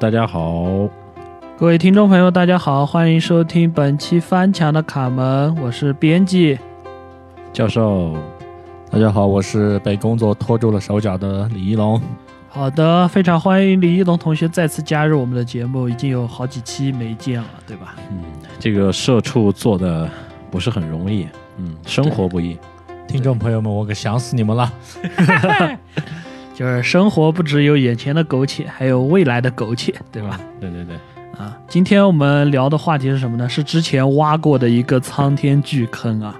大家好，各位听众朋友，大家好，欢迎收听本期翻墙的卡门，我是编辑。教授。大家好，我是被工作拖住了手脚的李一龙。好的，非常欢迎李一龙同学再次加入我们的节目，已经有好几期没见了，对吧？嗯，这个社畜做的不是很容易，嗯，生活不易。听众朋友们，我可想死你们了！就是生活不只有眼前的苟且，还有未来的苟且，对吧？对对对，啊，今天我们聊的话题是什么呢？是之前挖过的一个苍天巨坑啊，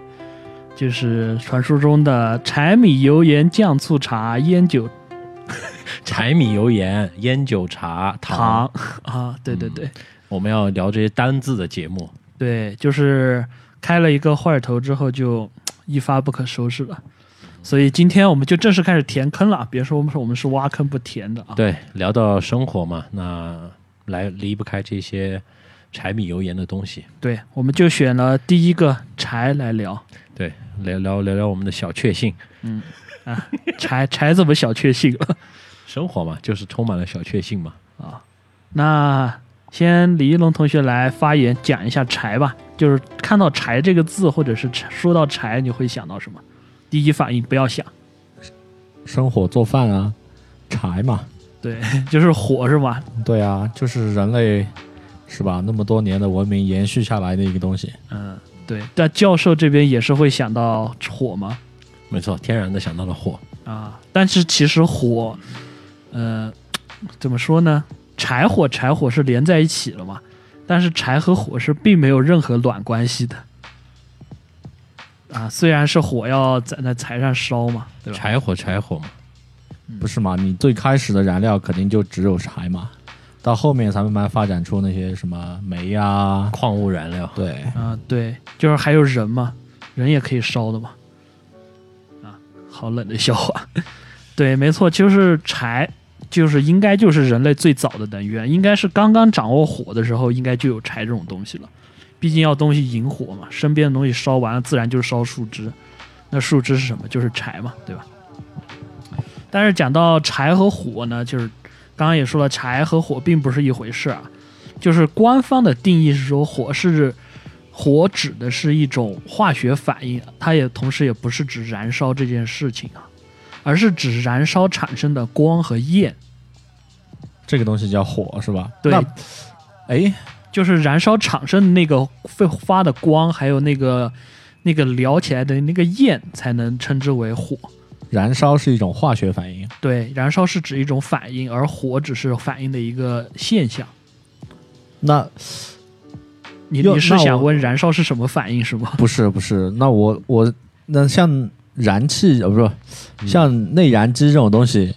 就是传说中的柴米油盐酱醋茶烟酒柴米油盐、烟酒茶糖 啊，对对对、我们要聊这些单字的节目。对，就是开了一个坏头之后就一发不可收拾了。所以今天我们就正式开始填坑了啊，别说我们说我们是挖坑不填的啊。对，聊到生活嘛，那来离不开这些柴米油盐的东西。对，我们就选了第一个柴来聊，对，聊聊聊聊我们的小确幸。柴柴怎么小确幸了？生活嘛，就是充满了小确幸嘛。那先李一龙同学来发言讲一下柴吧，就是看到柴这个字，或者是柴说到柴，你会想到什么？第一反应不要想，生火做饭啊，柴嘛，对，就是火是吧？对啊，就是人类是吧？那么多年的文明延续下来的一个东西。嗯，对。但教授这边也是会想到火吗？没错，天然的想到了火。啊，但是其实火，呃，怎么说呢？柴火柴火是连在一起了嘛，但是柴和火是并没有任何卵关系的。啊，虽然是火要在那柴上烧嘛，对吧？柴火，柴火嘛，不是嘛？你最开始的燃料肯定就只有柴嘛，到后面才慢慢发展出那些什么煤呀、矿物燃料。对，啊，对，就是还有人嘛，人也可以烧的嘛。啊，好冷的笑话。 对，没错，就是柴，就是应该就是人类最早的能源，应该是刚刚掌握火的时候，应该就有柴这种东西了。毕竟要东西引火嘛，身边的东西烧完了，自然就是烧树枝。那树枝是什么？就是柴嘛，对吧？但是讲到柴和火呢，就是刚刚也说了，柴和火并不是一回事啊。就是官方的定义是说，火是火指的是一种化学反应，它也同时也不是指燃烧这件事情啊，而是指燃烧产生的光和焰，这个东西叫火是吧？对那，哎，就是燃烧产生的那个会发的光，还有那个那个燎起来的那个焰，才能称之为火。燃烧是一种化学反应，对，燃烧是指一种反应，而火只是反应的一个现象。那你哟你是那我想问燃烧是什么反应是 吗？不是不是，那我我那像燃气呃不嗯是，像内燃机这种东西，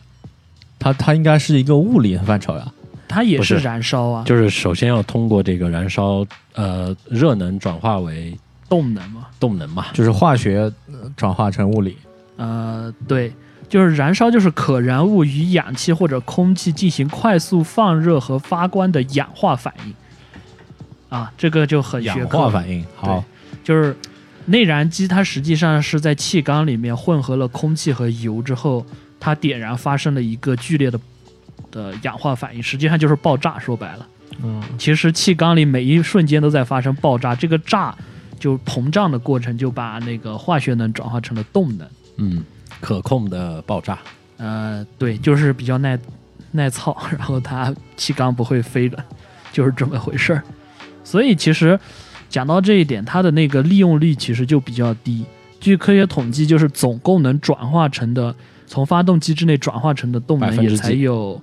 它它应该是一个物理范畴呀、它也不是是燃烧啊，就是首先要通过这个燃烧，呃，热能转化为动能嘛。动能嘛。就是化学呃转化成物理。呃，对，就是燃烧就是可燃物与氧气或者空气进行快速放热和发光的氧化反应。啊，这个就很氧学化科，反应，好，就是内燃机它实际上是在气缸里面混合了空气和油之后，它点燃发生了一个剧烈的的氧化反应，实际上就是爆炸。说白了，嗯，其实气缸里每一瞬间都在发生爆炸，这个炸就膨胀的过程就把那个化学能转化成了动能。嗯，可控的爆炸。呃，对，就是比较耐耐操，然后它气缸不会飞的，就是这么回事儿。所以其实讲到这一点，它的那个利用率其实就比较低。据科学统计，就是总共能转化成的，从发动机之内转化成的动百能分之也几才有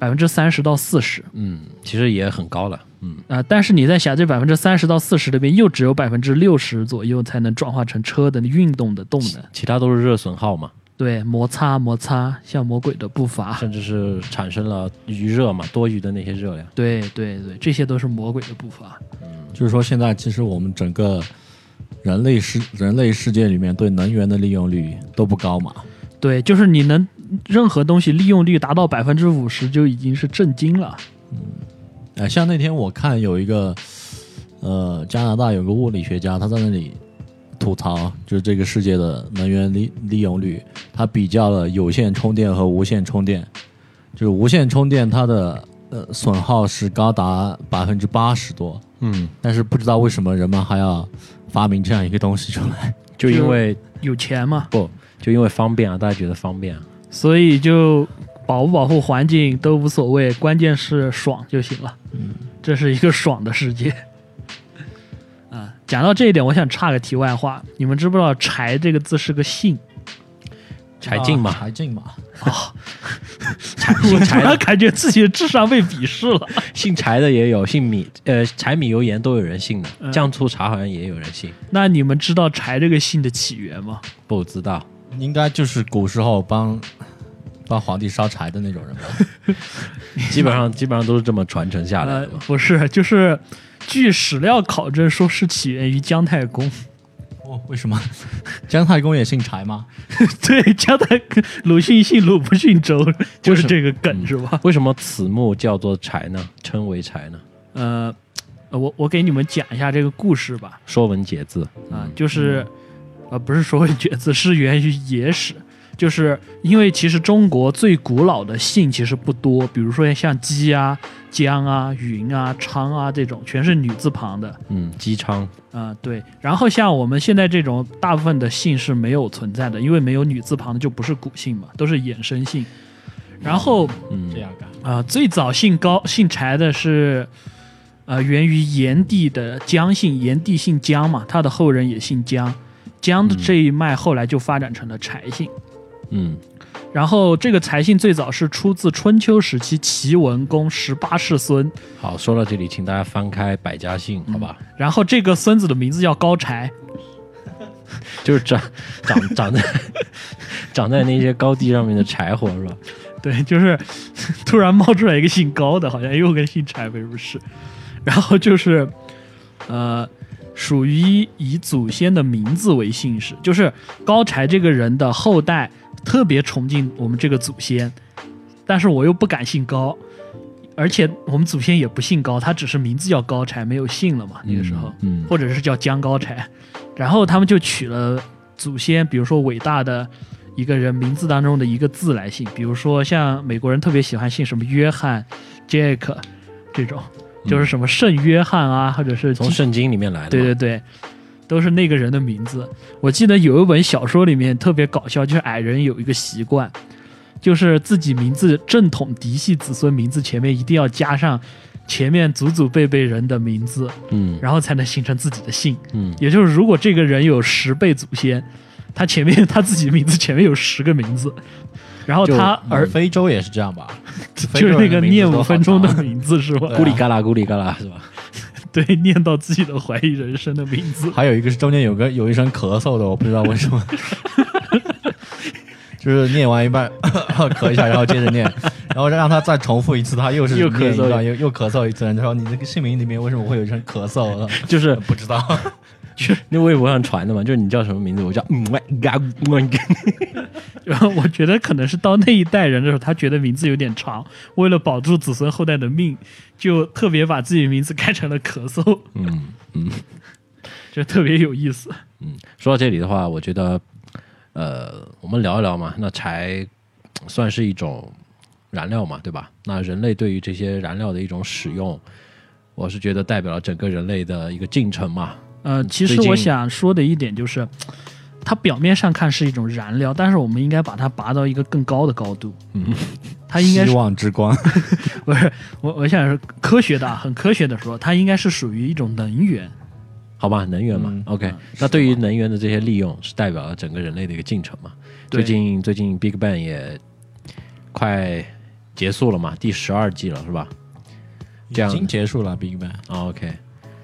百分之三十到四十嗯，其实也很高了。嗯，啊。但是你在想，这百分之三十到四十里边，又只有百分之六十左右才能转化成车的运动的动能。其他都是热损耗嘛，对，摩擦摩擦，像魔鬼的步伐。甚至是产生了余热嘛，多余的那些热量。对对对，这些都是魔鬼的步伐。就是说现在其实我们整个人类世人类世界里面对能源的利用率都不高嘛，对，就是你能任何东西利用率达到百分之五十就已经是震惊了。呃，像那天我看有一个，呃，加拿大有个物理学家，他在那里吐槽，就是这个世界的能源利利用率，他比较了有线充电和无线充电，就是无线充电它的呃损耗是高达百分之八十多，嗯，但是不知道为什么人们还要发明这样一个东西出来。就因为有钱嘛，不就因为方便啊，大家觉得方便啊，所以就保不保护环境都无所谓，关键是爽就行了。嗯这是一个爽的世界。啊，讲到这一点，我想插个题外话，你们知不知道“柴”这个字是 个姓？柴进嘛，啊柴啊进嘛，姓我突 柴然的感觉自己的智商被鄙视了。 姓柴的也有，姓米呃柴米油盐都有人姓的，嗯酱醋茶好像也有人姓，那你们知道“柴”这个姓的起源吗？不知道。应该就是古时候帮帮皇帝烧柴的那种人吧。基本 上基本上都是这么传承下来呃的嘛。，不是，就是据史料考证，说是起源于姜太公。 哦，为什么？ 姜太公也姓柴吗？对，姜太鲁迅姓鲁不逊周，就是这个梗是吧？为什么此木叫做柴呢？称为柴呢？呃，我我给你们讲一下这个故事吧。 《说文解字》啊，就是，呃，不是说文解字，是源于野史，就是因为其实中国最古老的姓其实不多，比如说像姬啊、姜啊、云啊、昌啊这种，全是女字旁的。嗯，姬昌，啊、对。然后像我们现在这种大部分的姓是没有存在的，因为没有女字旁的就不是古姓嘛，都是衍生姓。然后嗯，这样干。啊、最早姓高姓柴的是，呃，源于炎帝的姜姓，炎帝姓姜嘛，他的后人也姓姜，姜的这一脉后来就发展成了柴姓。嗯然后这个柴姓最早是出自春秋时期齐文公十八世孙，好，说到这里，请大家翻开《百家姓》，嗯好吧？然后这个孙子的名字叫高柴，就是长长长在 长在那些高地上面的柴火是吧？对，就是 突然冒出来一个姓高的，好像又跟姓柴没什么事。然后就是，呃，属于以祖先的名字为姓氏，就是高柴这个人的后代特别崇敬我们这个祖先，但是我又不敢姓高，而且我们祖先也不姓高，他只是名字叫高柴，没有姓了嘛，那个时候。嗯，或者是叫姜高柴，然后他们就取了祖先，比如说伟大的一个人名字当中的一个字来姓，比如说像美国人特别喜欢姓什么约翰、Jack 这种，就是什么圣约翰啊，或者是从圣经里面来的嘛。对对对，都是那个人的名字。我记得有一本小说里面特别搞笑，就是矮人有一个习惯，就是自己名字正统嫡系子孙名字前面一定要加上前面祖祖辈辈人的名字，嗯然后才能形成自己的姓。嗯也就是如果这个人有十辈祖先，他前面他自己名字前面有十个名字，然后就嗯他儿非洲也是这样吧？嗯非就是洲那人个的名字念都五好分钟的长名字是吧？对啊咕里嘎啦，咕里嘎啦，是吧？ 对，念到自己的怀疑人生的名字。还有一个是中间有个有一声咳嗽的，我不知道为什么，就是念完一半 咳一下，然后接着念，然后让他再重复一次，他又是又咳念一嗽段又又咳嗽一次，然后说你这个姓名里面为什么会有一声咳嗽？就是不知道，那微博上传的嘛，就是你叫什么名字？我叫嗯喂嘎嗯嘎，然后我觉得可能是到那一代人的时候，他觉得名字有点长，为了保住子孙后代的命，就特别把自己名字改成了咳嗽，嗯嗯。 就特别有意思。说到这里的话，我觉得，呃，我们聊一聊嘛。那柴呃算是一种燃料嘛，对吧？那人类对于这些燃料的一种使用，我是觉得代表了整个人类的一个进程嘛。呃，其嗯实最近我想说的一点就是，它表面上看是一种燃料，但是我们应该把它拔到一个更高的高度。嗯，它应该希是望之光，不是我我想是科学的啊，很科学的说，它应该是属于一种能源。好吧，能源嘛、嗯 o k 嗯那对于能源的这些利用，是代表了整个人类的一个进程嘛？对最近最近 Big Bang 也快结束了嘛，第十二季了是吧？这样已经结束了，Big Bang。啊，OK，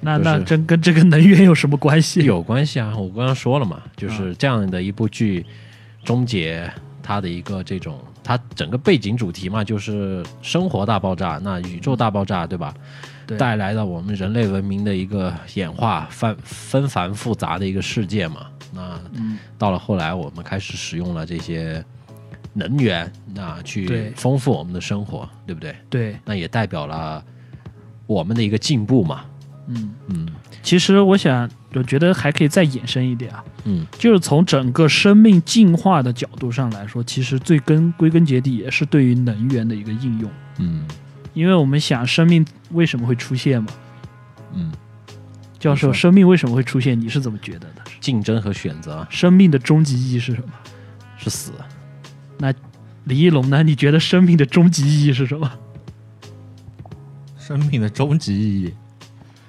那就是那真跟这个能源有什么关系？有关系啊，我刚刚说了嘛，啊就是这样的一部剧终结它的一个这种，它整个背景主题嘛，就是生活大爆炸，那宇宙大爆炸，对吧？对带来了我们人类文明的一个演化，繁纷繁复杂的一个世界嘛。那嗯，到了后来，我们开始使用了这些能源，那去对丰富我们的生活，对不对？对，那也代表了我们的一个进步嘛。嗯，嗯其实我想，我觉得还可以再延伸一点啊，嗯就是从整个生命进化的角度上来说，其实最根归根结底也是对于能源的一个应用。嗯因为我们想生命为什么会出现嘛？嗯，教授，没错生命为什么会出现？你是怎么觉得的？竞争和选择生命的终极意义是什么？是死，李一龙呢？你觉得生命的终极意义是什么？生命的终极意义。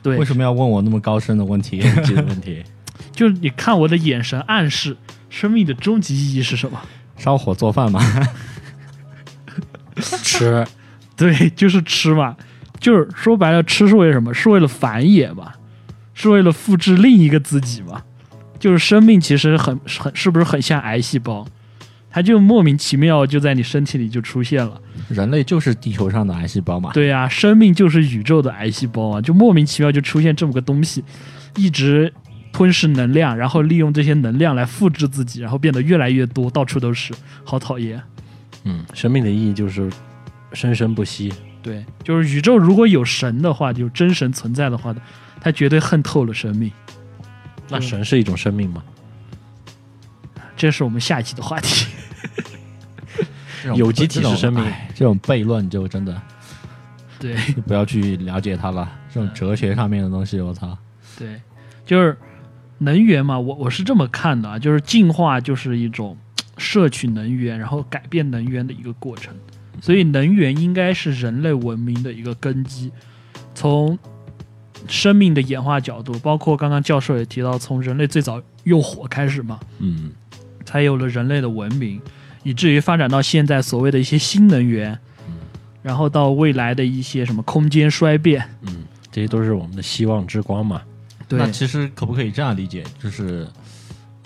对为，什么要问我那么高深的问题？这个问题，就是你看我的眼神暗示，生命的终极意义是什么？烧火做 饭嘛，吃对，就是吃嘛，就是说白了，吃是为什么？是为了繁衍嘛，是为了复制另一个自己嘛。就是生命其实很很是不是很像癌细胞，它就莫名其妙就在你身体里就出现了。人类就是地球上的癌细 胞嘛。对呀、生命就是宇宙的癌细胞啊，就莫名其妙就出现这么个东西，一直吞噬能量，然后利用这些能量来复制自己，然后变得越来越多，到处都是，好讨厌。 嗯，生命的意义就是生生不息。对，就是宇宙如果有神的话，有真神存在的话，他绝对恨透了生命。那神是一种生命吗？这是我们下一期的话题。这种有机体是生命这种哎这种悖论就真的对就不要去了解它了。嗯这种哲学上面的东西，我操，对，就是能源嘛，我我是这么看的啊，就是进化就是一种摄取能源，然后改变能源的一个过程。所以能源应该是人类文明的一个根基。从生命的演化角度，包括刚刚教授也提到，从人类最早用火开始嘛，嗯，才有了人类的文明，以至于发展到现在所谓的一些新能源，然后到未来的一些什么空间衰变，嗯，这些都是我们的希望之光嘛。对那其实可不可以这样理解，就是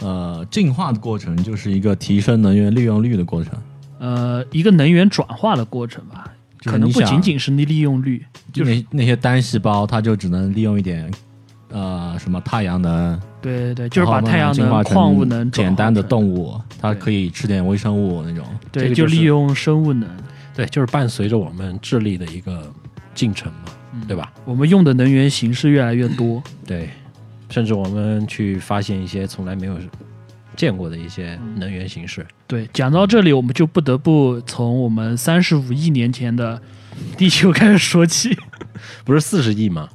呃，进化的过程就是一个提升能源利用率的过程。呃一个能源转化的过程吧，就是可能你不想仅仅是利利用率，就就是那那些单细胞，它就只能利用一点，呃，什么太阳能，对对对，就是把然后慢慢太阳进化能、成矿物能转化简单的成动物，它对可以吃点微生物那种。对，这个就就是利用生物能，对，就是伴随着我们智力的一个进程嘛，嗯对吧？我们用的能源形式越来越多，对，甚至我们去发现一些从来没有见过的一些能源形式。对，讲到这里，我们就不得不从我们三十五亿年前的 地球开始说起。 不是四十亿吗？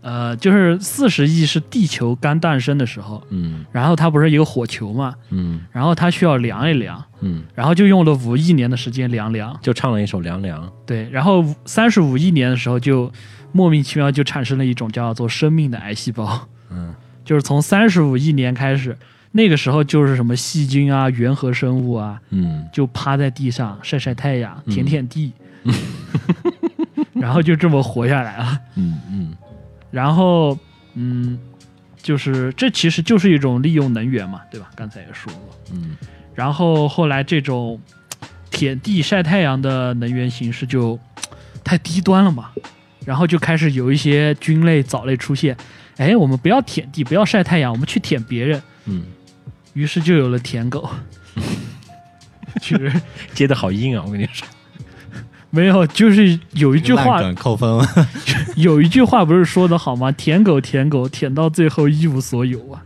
呃，就是四十亿是地球刚诞生的时候，嗯然后它不是一个火球嘛，嗯然后它需要量一量，嗯，然后就用了五亿年的时间量量，就唱了一首《凉凉》。对，然后三十五亿年的时候就莫名其妙就产生了一种叫做生命的癌细胞，嗯，就是从三十五亿年开始，那个时候就是什么细菌啊、原核生物啊，嗯，就趴在地上晒晒太阳、舔舔地， 然后就这么活下来了。嗯嗯，然后，嗯，就是这其实就是一种利用能源嘛，对吧？刚才也说过。嗯。然后后来这种舔地晒太阳的能源形式就太低端了嘛，然后就开始有一些菌类、藻类出现。哎，我们不要舔地，不要晒太阳，我们去舔别人。嗯，于是就有了舔狗。 其实接的好硬啊！我跟你说，没有，就是有一句烂话，梗扣 分，有一句话不是说的好吗？舔狗，舔狗，舔到最后一无所有啊！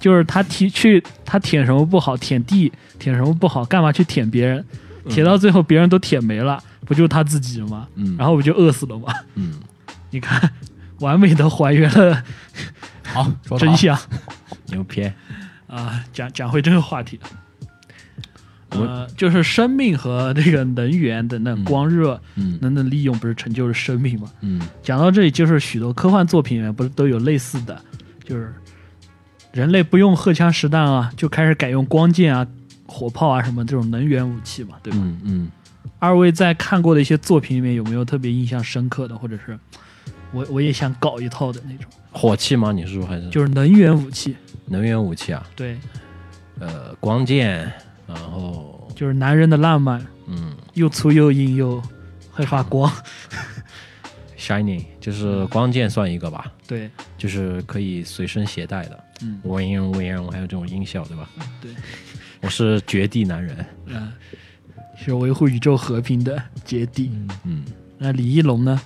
就是他提去他舔什么不好，舔地舔什么不好，干嘛去舔别人？舔到最后别人都舔没了，不就他自己吗？嗯然后不就饿死了吗？嗯， 你看，完美的还原了好，说得好真相牛批。啊！讲讲回这个话题了，呃，就是生命和这个能源等等光热嗯等等利用，不是成就了生命吗？嗯讲到这里，就是许多科幻作品里面不是都有类似的，就是人类不用荷枪实弹啊，就开始改用光剑啊、火炮啊什么这种能源武器嘛，对吧？嗯嗯，二位在看过的一些作品里面有没有特别印象深刻的，或者是我我也想搞一套的那种，火器吗？你是说还是就是能源武器？能源武器啊？对，呃，光剑，然后就是男人的浪漫，嗯又粗又硬又会 发光， ，shining 就是光剑算一个吧，对，就是可以随身携带的。嗯我音我音，我还有这种音效，对吧？对，我是绝地男人。嗯、是维护宇宙和平的杰地。嗯，那李一龙呢？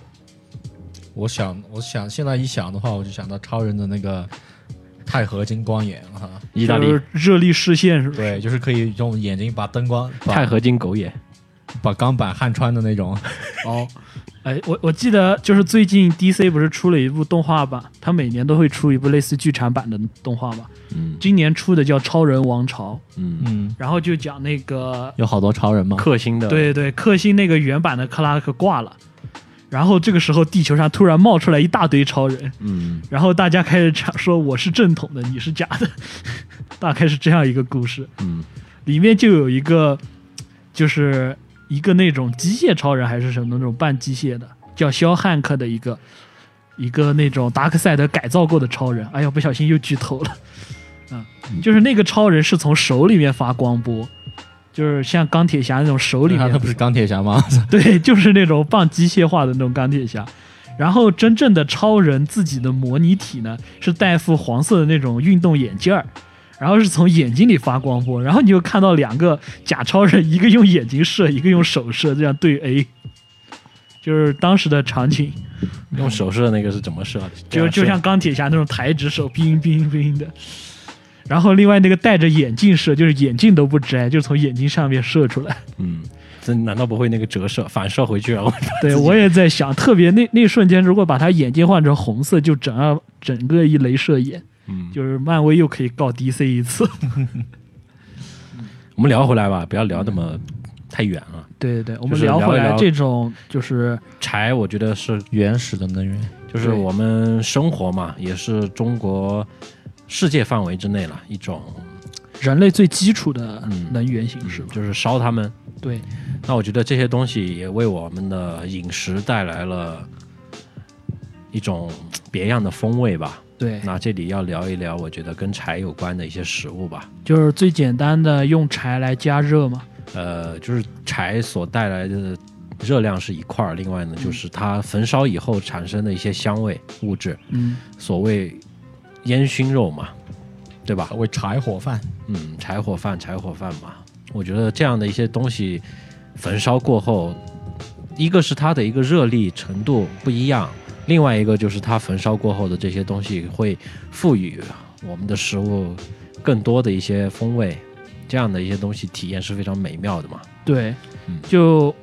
我想，我想现在一想的话，我就想到超人的那个钛合金光眼啊，意大利嗯就是热力视线是不是？对，就是可以用眼睛把灯光把钛合金狗眼，把钢板焊穿的那种。哦，哎，我我记得就是最近 DC 不是出了一部动画版，它每年都会出一部类似剧场版的动画嘛。嗯今年出的叫《超人王朝嗯，嗯》，，然后就讲那个，有好多超人吗？克星的对对，克星那个原版的克拉克挂了，然后这个时候地球上突然冒出来一大堆超人，嗯然后大家开始讲说我是正统的，你是假的， 大概是这样一个故事。嗯里面就有一个，就是一个那种机械超人还是什么那种半机械的，叫肖汉克的一个一个那种达克赛德改造过的超人。哎呀，不小心又剧透了。嗯，就是那个超人是从手里面发光波，就是像钢铁侠那种手里那啊他面不是钢铁侠吗？ 对，就是那种半机械化的那种钢铁侠。然后真正的超人自己的模拟体呢，是戴副黄色的那种运动眼镜儿，然后是从眼睛里发光波，然后你就看到两个假超人，一个用眼睛射，一个用手射，这样对 A，就是当时的场景，用手射那个啊是怎么射的？就这就样射像钢铁侠那种抬直手，冰冰冰的。然后另外那个戴着眼镜射，就是眼镜都不摘，就从眼睛上面射出来。嗯，这难道不会那个折射反射回去然后 对，我也在想，特别那那瞬间，如果把他眼睛换成红色，就整个整个一镭射眼，嗯，就是漫威又可以告 DC 一次。我们聊回来吧，不要聊那么太远了。对对对，我们就是聊回一来聊这种就是柴，我觉得是 原始的能源，就是对我们生活嘛，也是中国世界范围之内了一种，人类最基础的嗯能源形式吧。就是烧他们。对，那我觉得这些东西也为我们的饮食带来了一种别样的风味吧。对，那这里要聊一聊，我觉得跟柴有关的一些食物吧。就是最简单的用柴来加热嘛。嗯呃，就是柴所带来的热量是一块儿，另外呢，就是它焚烧以后产生的一些香味物质，嗯，所谓烟熏肉嘛，对吧？为柴火饭。嗯，柴火饭，柴火饭嘛，我觉得这样的一些东西焚烧过后，一个是它的一个热力程度不一样，另外一个就是它焚烧过后的这些东西会赋予我们的食物更多的一些风味，这样的一些东西体验是非常美妙的嘛。对嗯，就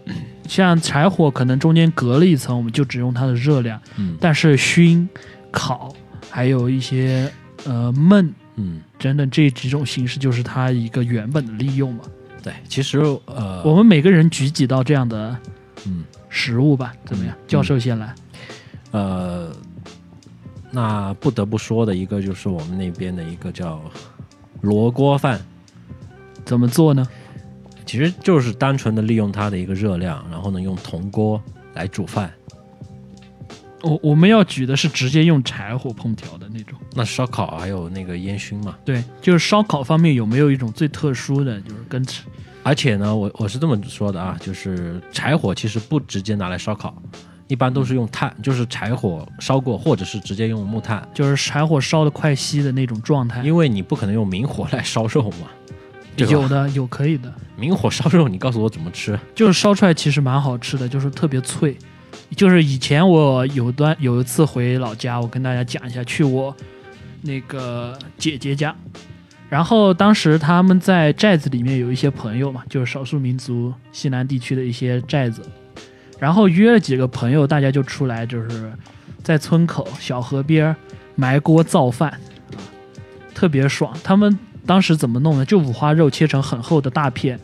像柴火可能中间隔了一层，我们就只用它的热量，嗯但是熏、烤还有一些呃焖嗯，等等这几种形式，就是它一个原本的利用嘛。对，其实呃，我们每个人举几道这样的嗯食物吧，怎么样？教授先来。呃，那不得不说的一个就是我们那边的一个叫罗锅饭。怎么做呢？其实就是单纯的利用它的一个热量，然后呢用铜锅来煮饭。我我们要举的是直接用柴火烹调的那种。那烧烤还有那个烟熏嘛，对，就是烧烤方面有没有一种最特殊的，就是跟吃而且呢，我我是这么说的啊，就是柴火其实不直接拿来烧烤，一般都是用炭，就是柴火烧过，或者是直接用木炭，就是柴火烧的快熄的那种状态？因为你不可能用明火来烧肉嘛，对吧有的有可以的，明火烧肉，你告诉我怎么吃？就是烧出来其实蛮好吃的，就是特别脆。就是以前我有段有一次回老家，我跟大家讲一下，去我那个姐姐家，然后当时他们在寨子里面有一些朋友嘛，就是少数民族西南地区的一些寨子，然后约了几个朋友，大家就出来，就是在村口小河边儿埋锅造饭，啊特别爽。他们当时怎么弄呢？就五花肉切成很厚的大片，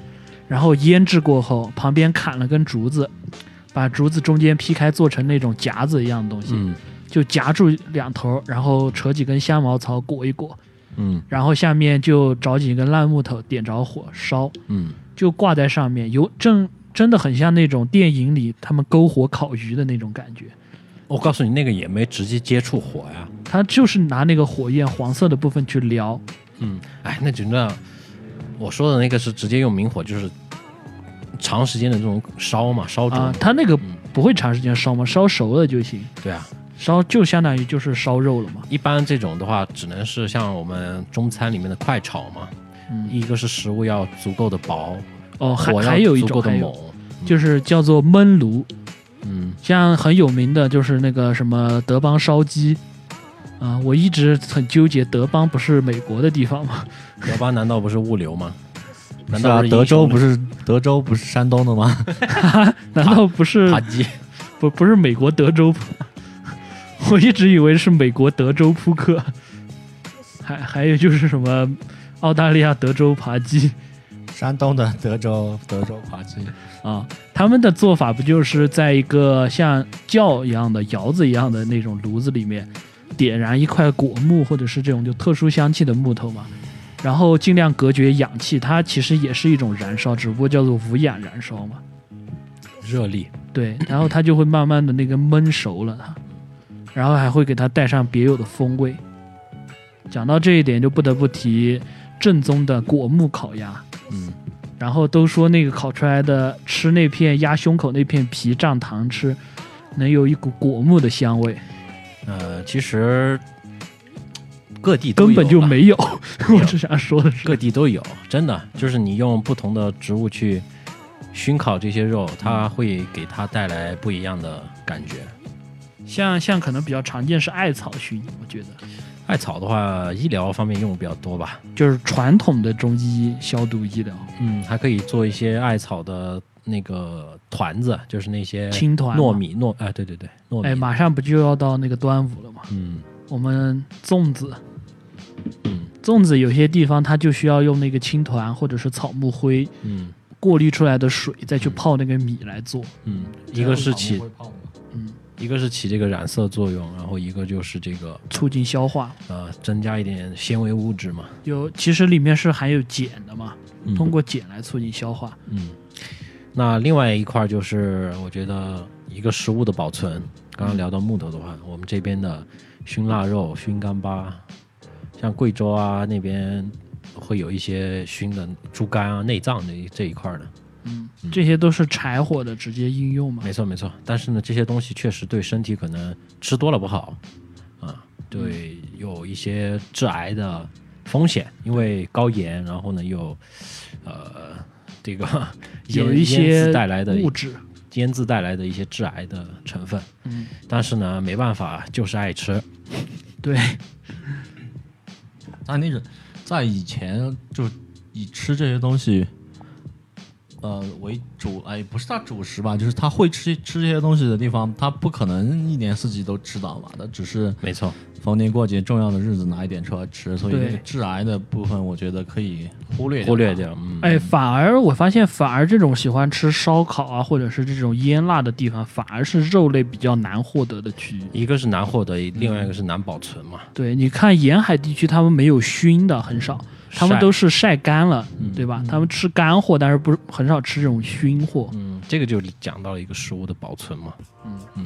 然后腌制过后，旁边砍了根竹子，把竹子中间劈开，做成那种夹子一样的东西，嗯就夹住两头儿，然后扯几根香茅草裹一裹，嗯然后下面就找几根烂木头点着火烧，嗯就挂在上面，有正真的很像那种电影里他们篝火烤鱼的那种感觉。我告诉你，那个也没直接接触火呀。他就是拿那个火焰黄色的部分去燎，啊嗯，哎，那就那我说的那个是直接用明火，就是长时间的这种烧嘛，烧煮嘛。啊，它那个嗯不会长时间烧嘛，烧熟了就行，对啊，烧就相当于就是烧肉了嘛。一般这种的话，只能是像我们中餐里面的快炒嘛，嗯，一个是食物要足够的薄，哦，还火还有要一足种够的还猛有，就是叫做焖炉，嗯像很有名的就是那个什么德邦烧鸡，啊，我一直很纠结，德邦不是美国的地方吗？ 德邦难道不是物流吗？难道啊是英雄德州不的是德州不是山东的吗？难道不是塔基？不不是美国德州扑？ 我一直以为是美国德州扑克，还还有就是什么澳大利亚德州扒鸡山东的德州德州扒鸡，啊，他们的做法不就是在一个像窖一样的窑子一样的那种炉子里面，点燃一块果木或者是这种就特殊香气的木头嘛，然后尽量隔绝氧气，它其实也是一种燃烧，只不过叫做无氧燃烧嘛。 热力，对，然后它就会慢慢的那个焖熟了它，然后还会给它带上别有的风味。讲到这一点，就不得不提正宗的果木烤鸭。嗯，然后都说那个烤出来的，吃那片鸭胸口那片皮蘸糖吃，能有一股果木的香味，呃，其实各地都根本有就吧没有。没有 我只想说的是各，地都有，真的就是你用不同的植物去熏烤这些肉，它嗯会给它带来不一样的感觉。像像可能比较常见是艾草熏，我觉得艾草的话，医疗方面用的比较多吧，就是传统的中医消毒医疗，嗯，还可以做一些艾草的那个团子，就是那些青团嘛糯。米糯，哎，对对对，糯哎，米，马上不就要到那个端午了吗？嗯我们粽子，嗯粽子有些地方它就需要用那个青团或者是草木灰嗯过滤出来的水，再去泡那个米来做。嗯，一个是起嗯，一个是起这个染色作用，然后一个就是这个促进消化。呃增加一点纤维物质嘛，有，其实里面是含有碱的嘛，嗯通过碱来促进消化。嗯，那另外一块儿就是，我觉得一个食物的保存，刚嗯刚聊到木头的话，我们这边的熏腊肉、熏干巴，像贵州啊那边会有一些熏的猪肝啊、内脏这一这一块儿的，嗯，这些都是柴火的直接应用嘛。没错没错。但是呢，这些东西确实对身体可能吃多了不好啊，对嗯有一些致癌的风险，因为高盐，然后呢又呃这个腌有一腌些制带来的物质，腌制带来的一些致癌的成分。嗯，但是呢，没办法，就是爱吃。对，嗯在那种在以前就以吃这些东西，呃为主，哎，不是他主食吧，就是他会吃吃这些东西的地方，他不可能一年四季都吃到嘛，他只是没错，逢年过节重要的日子拿一点出来吃，所以对那个致癌的部分，我觉得可以忽略忽略掉。嗯，哎，反而我发现，反而这种喜欢吃烧烤啊，或者是这种腌腊的地方，反而是肉类比较难获得的区域。一个是难获得，另外一个是难保存嘛。对，你看沿海地区，他们没有熏的很少，他们晒嗯都是晒干了，对吧？他们吃干货，但是不很少吃这种熏货。嗯，这个就讲到了一个食物的保存嘛。嗯嗯，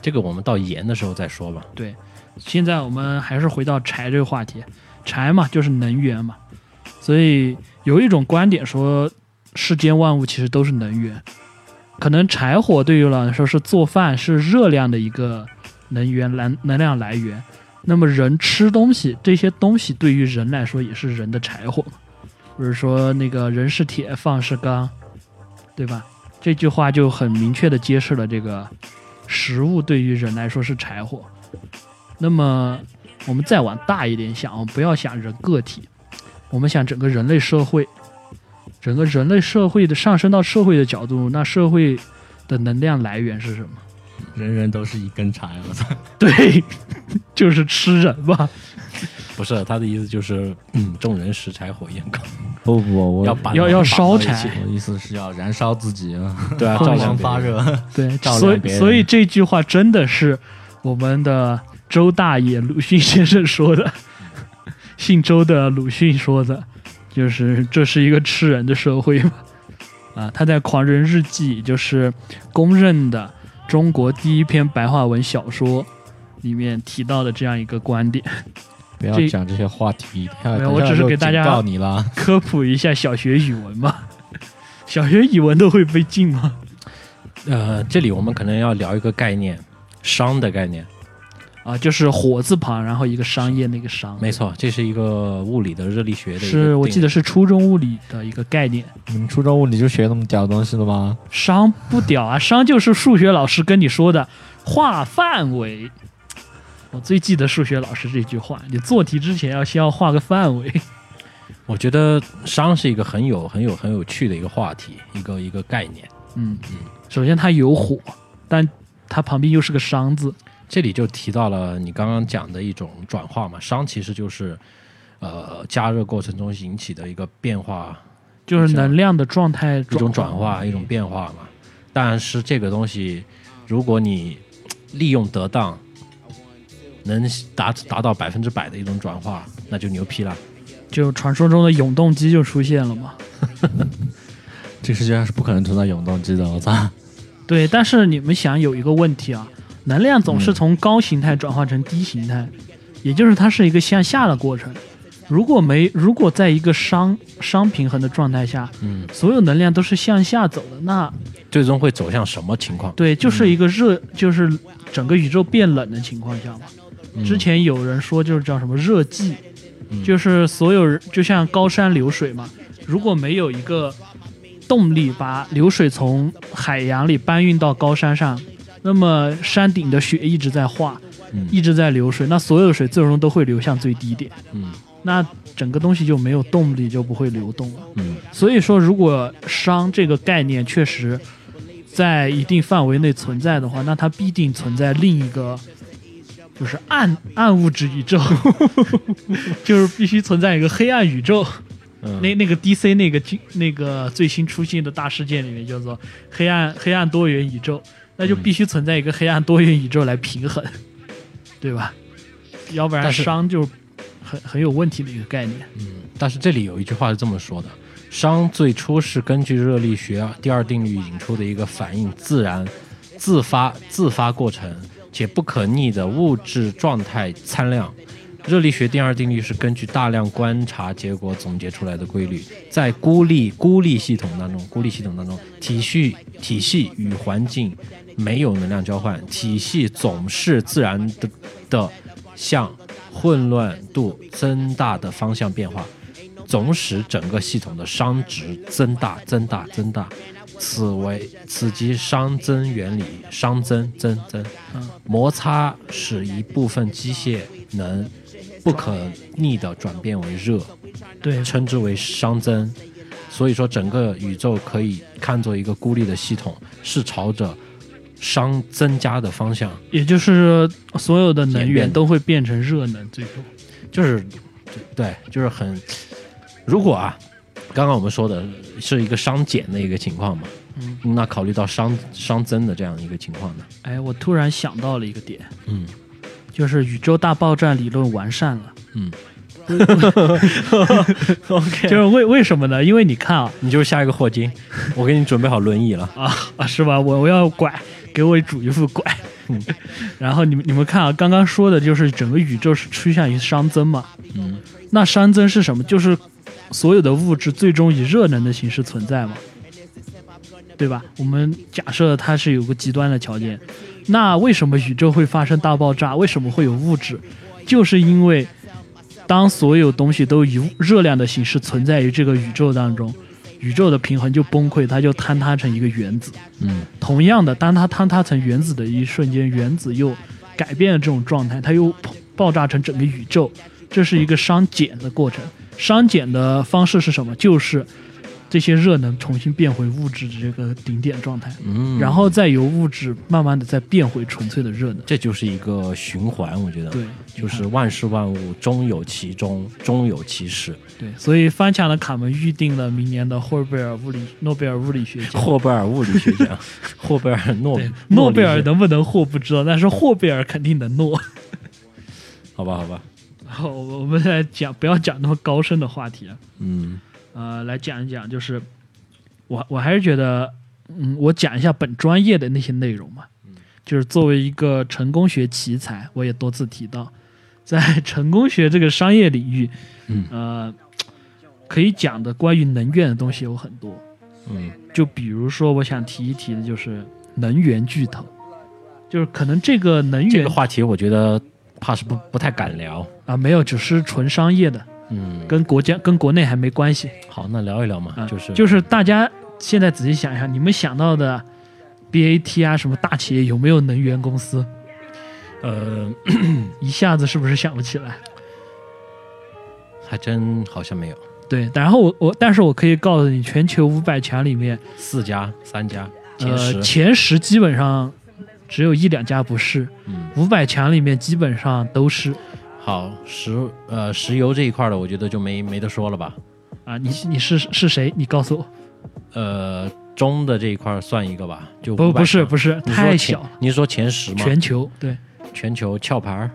这个我们到盐的时候再说吧。对，现在我们还是回到柴这个话题，柴嘛就是能源嘛，所以有一种观点说，世间万物其实都是能源，可能柴火对于我来说是做饭是热量的一个能源来能量来源，那么人吃东西这些东西对于人来说也是人的柴火嘛，不是说那个人是铁，饭是钢，对吧？这句话就很明确的揭示了这个食物对于人来说是柴火。那么我们再往大一点想，不要想人个体，我们想整个人类社会，整个人类社会的上升到社会的角度，那社会的能量来源是什么？人人都是一根柴，我操！对， 就是吃人吧。不是他的意思就是，嗯，众人拾柴火焰 高， 不不不，我要把要它要绑烧到一起柴我意思是要燃烧自己啊，对啊，照照亮别亮人发。热。 对，照亮所以别人所以这句话真的是我们的周大爷鲁迅先生说的，姓周的鲁迅说的，就是这是一个吃人的社会嘛。啊，他在《狂人日记》就是公认的中国第一篇白话文小说里面提到的这样一个观点，不要这讲这些话题，有等一下我只是给大家就警告你了。科普一下小学语文嘛。小学语文都会被禁吗？呃，这里我们可能要聊一个概念，商的概念。啊，就是火字旁，然后一个商业那个商，没错，这是一个物理的热力学的一个是我定记得是初中物理的一个概念。你们初中物理就学那么屌东西了吗？商不屌啊，商就是数学老师跟你说的画范围。我最记得数学老师这句话：你做题之前要先要画个范围。我觉得熵是一个很有、很有、很有趣的一个话题，一个一个概念。嗯，首先它有火，但它旁边又是个商字，这里就提到了你刚刚讲的一种转化嘛，熵其实就是呃加热过程中引起的一个变化，就是能量的状态一种转化化，一哎种变化嘛。但是这个东西，如果你嘖利用得当，能达达到百分之百的一种转化，那就牛批了。就传说中的永动机就出现了嘛。这个世界上是不可能存在永动机的，我操！对，但是你们想有一个问题啊，能量总是从高形态转化成低形态，也就是它是一个向下的过程。如果没如果在一个商商平衡的状态下，嗯，所有能量都是向下走的，那最终会走向什么情况？对就是一个热，就是整个宇宙变冷的情况下嘛。嗯之前有人说就是叫什么热寂，就是所有人就像高山流水嘛，如果没有一个动力把流水从海洋里搬运到高山上，那么山顶的雪一直在化，嗯一直在流水，那所有的水最终都会流向最低点，嗯那整个东西就没有动力，就不会流动了。嗯所以说，如果“熵”这个概念确实在一定范围内存在的话，那它必定存在另一个，就是暗暗物质宇宙， 就是必须存在一个黑暗宇宙。嗯那那个 DC 那个剧那个最新出现的大事件里面叫做黑暗黑暗多元宇宙，那就必须存在一个黑暗多元宇宙来平衡，对吧？要不然但是熵就很很有问题的一个概念。但是这里有一句话是这么说的：熵最初是根据热力学第二定律引出的一个反应自然、自发、自发过程且不可逆的物质状态参量。热力学第二定律是根据大量观察结果总结出来的规律，在孤立孤立系统当中，孤立系统当中，体系体系与环境没有能量交换，体系总是自然的的向混乱度增大的方向变化，总使整个系统的熵值增大、增大、增大。此为此即熵增原理，熵增增增嗯。摩擦使一部分机械能不可逆地转变为热，对，称之为熵增。所以说，整个宇宙可以看作一个孤立的系统，是朝着熵增加的方向也就是所有的能演源变都会变成热能，最终就是对，就是很，如果啊，刚刚我们说的是一个商减的一个情况嘛，嗯，那考虑到商商增的这样一个情况呢，哎，我突然想到了一个点，嗯，就是宇宙大爆炸理论完善了。 嗯 ，OK，就是为为什么呢？因为你看啊你就是下一个霍金， 我给你准备好轮椅了，啊啊，是吧？我我要拐，给我拄一副拐。 然后你们你们看啊，刚刚说的就是整个宇宙是趋向于熵增嘛。嗯，那熵增是什么？就是所有的物质最终以热能的形式存在嘛，对吧？我们假设它是有个极端的条件，那为什么宇宙会发生大爆炸？为什么会有物质？就是因为当所有东西都以热量的形式存在于这个宇宙当中，宇宙的平衡就崩溃，它就坍塌成一个原子。嗯，同样的，当它坍塌成原子的一瞬间，原子又改变了这种状态，它又砰爆炸成整个宇宙。这是一个熵减的过程。熵减的方式是什么？就是这些热能重新变回物质的这个顶点状态，嗯然后再由物质慢慢的再变回纯粹的热能。这就是一个循环，我觉得，对，就是万事万物终有其终，终有其始。对，所以翻墙的卡门预定了明年的霍贝尔物理诺贝尔物理学奖。霍贝尔物理学奖，霍贝 尔诺对，诺贝尔理学能不能获不知道，但是霍贝尔肯定能诺。好吧，好吧，好，我我们来讲，不要讲那么高深的话题啊。嗯呃，来讲一讲，就是我我还是觉得，嗯，我讲一下本专业的那些内容嘛。嗯就是作为一个成功学奇才，我也多次提到，在成功学这个商业领域，嗯呃，可以讲的关于能源的东西有很多。嗯就比如说，我想提一提的就是能源巨头，就是可能这个能这源个啊、话题我觉得怕是不不太敢聊，没有，只是纯商业的，嗯，跟国家跟国内还没关系。好，那聊一聊嘛，啊，就是就是大家现在仔细想一想，你们想到的 BAT 啊什么大企业有没有能源公司？ 呃，一下子是不是想不起来？还真好像没有，对，然后我我，但是我可以告诉你，全球五百强里面，四家、三家、前十，呃，前十基本上只有一两家不是，嗯，五百强里面基本上都是好，石呃石油这一块的，我觉得就没没得说了吧。啊。你你是是谁？你告诉我。呃，中的这一块算一个吧，就不500不是强不是，你说太前小了，你是说前十吗？全球对。全球壳牌儿，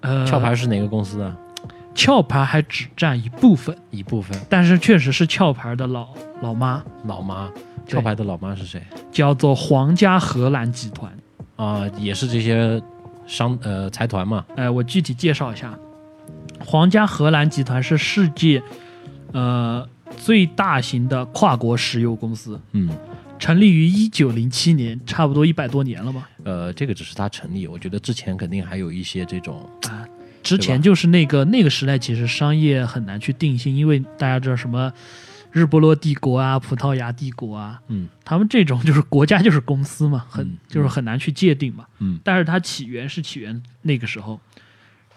呃，壳牌儿是哪个公司啊？壳牌还只占一部分，一部分但是确实是壳牌的老老妈，老妈，对壳牌的老妈是谁叫做皇家荷兰集团。啊、也是这些商呃财团嘛。呃，我具体介绍一下，皇家荷兰集团是世界呃最大型的跨国石油公司，嗯，成立于一九零七年，差不多一百多年了吧。呃，这个只是它成立，我觉得之前肯定还有一些这种啊，之前就是那个那个时代，其实商业很难去定性，因为大家知道什么日不落帝国啊、葡萄牙帝国啊，嗯，他们这种就是国家就是公司嘛，很、嗯就是很难去界定嘛，嗯，但是它起源是起源那个时候，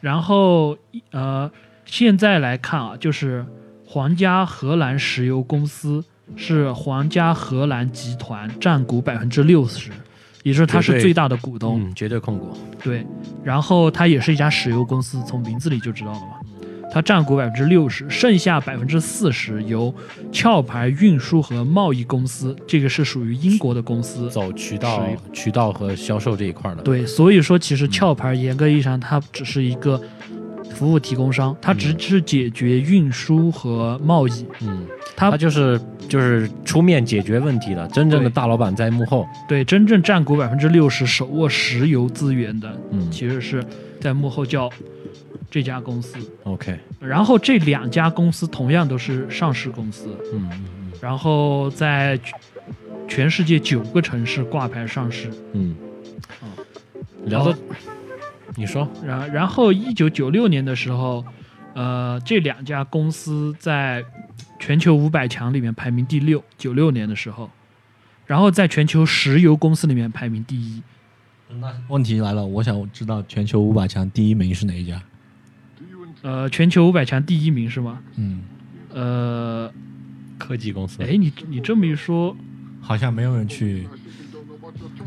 然后呃，现在来看啊，就是皇家荷兰石油公司是皇家荷兰集团占股百分之六十，也就是它绝是对最大的股东，嗯绝对控股。对，然后它也是一家石油公司，从名字里就知道了嘛。它占股百分之六十，剩下百分之四十由壳牌运输和贸易公司，这个是属于英国的公司。走渠道石、渠道和销售这一块的。，对，所以说其实壳牌严格意义上它只是一个服务提供商，它只是解决运输和贸易。嗯，它他就是就是出面解决问题的，真正的对大老板在幕后。对真正占股百分之六十、手握石油资源的，嗯其实是在幕后叫这家公司。 ，OK，然后这两家公司同样都是上市公司，嗯嗯然后在全世界九个城市挂牌上市。嗯哦嗯，聊到你说，然然后一九九六年的时候，呃，这两家公司在全球五百强里面排名第六，九六年的时候，然后在全球石油公司里面排名第一。那问题来了，我想知道全球五百强第一名是哪一家？呃，全球五百强第一名是吗？嗯，呃，科技公司，哎，你你这么一说，好像没有人去，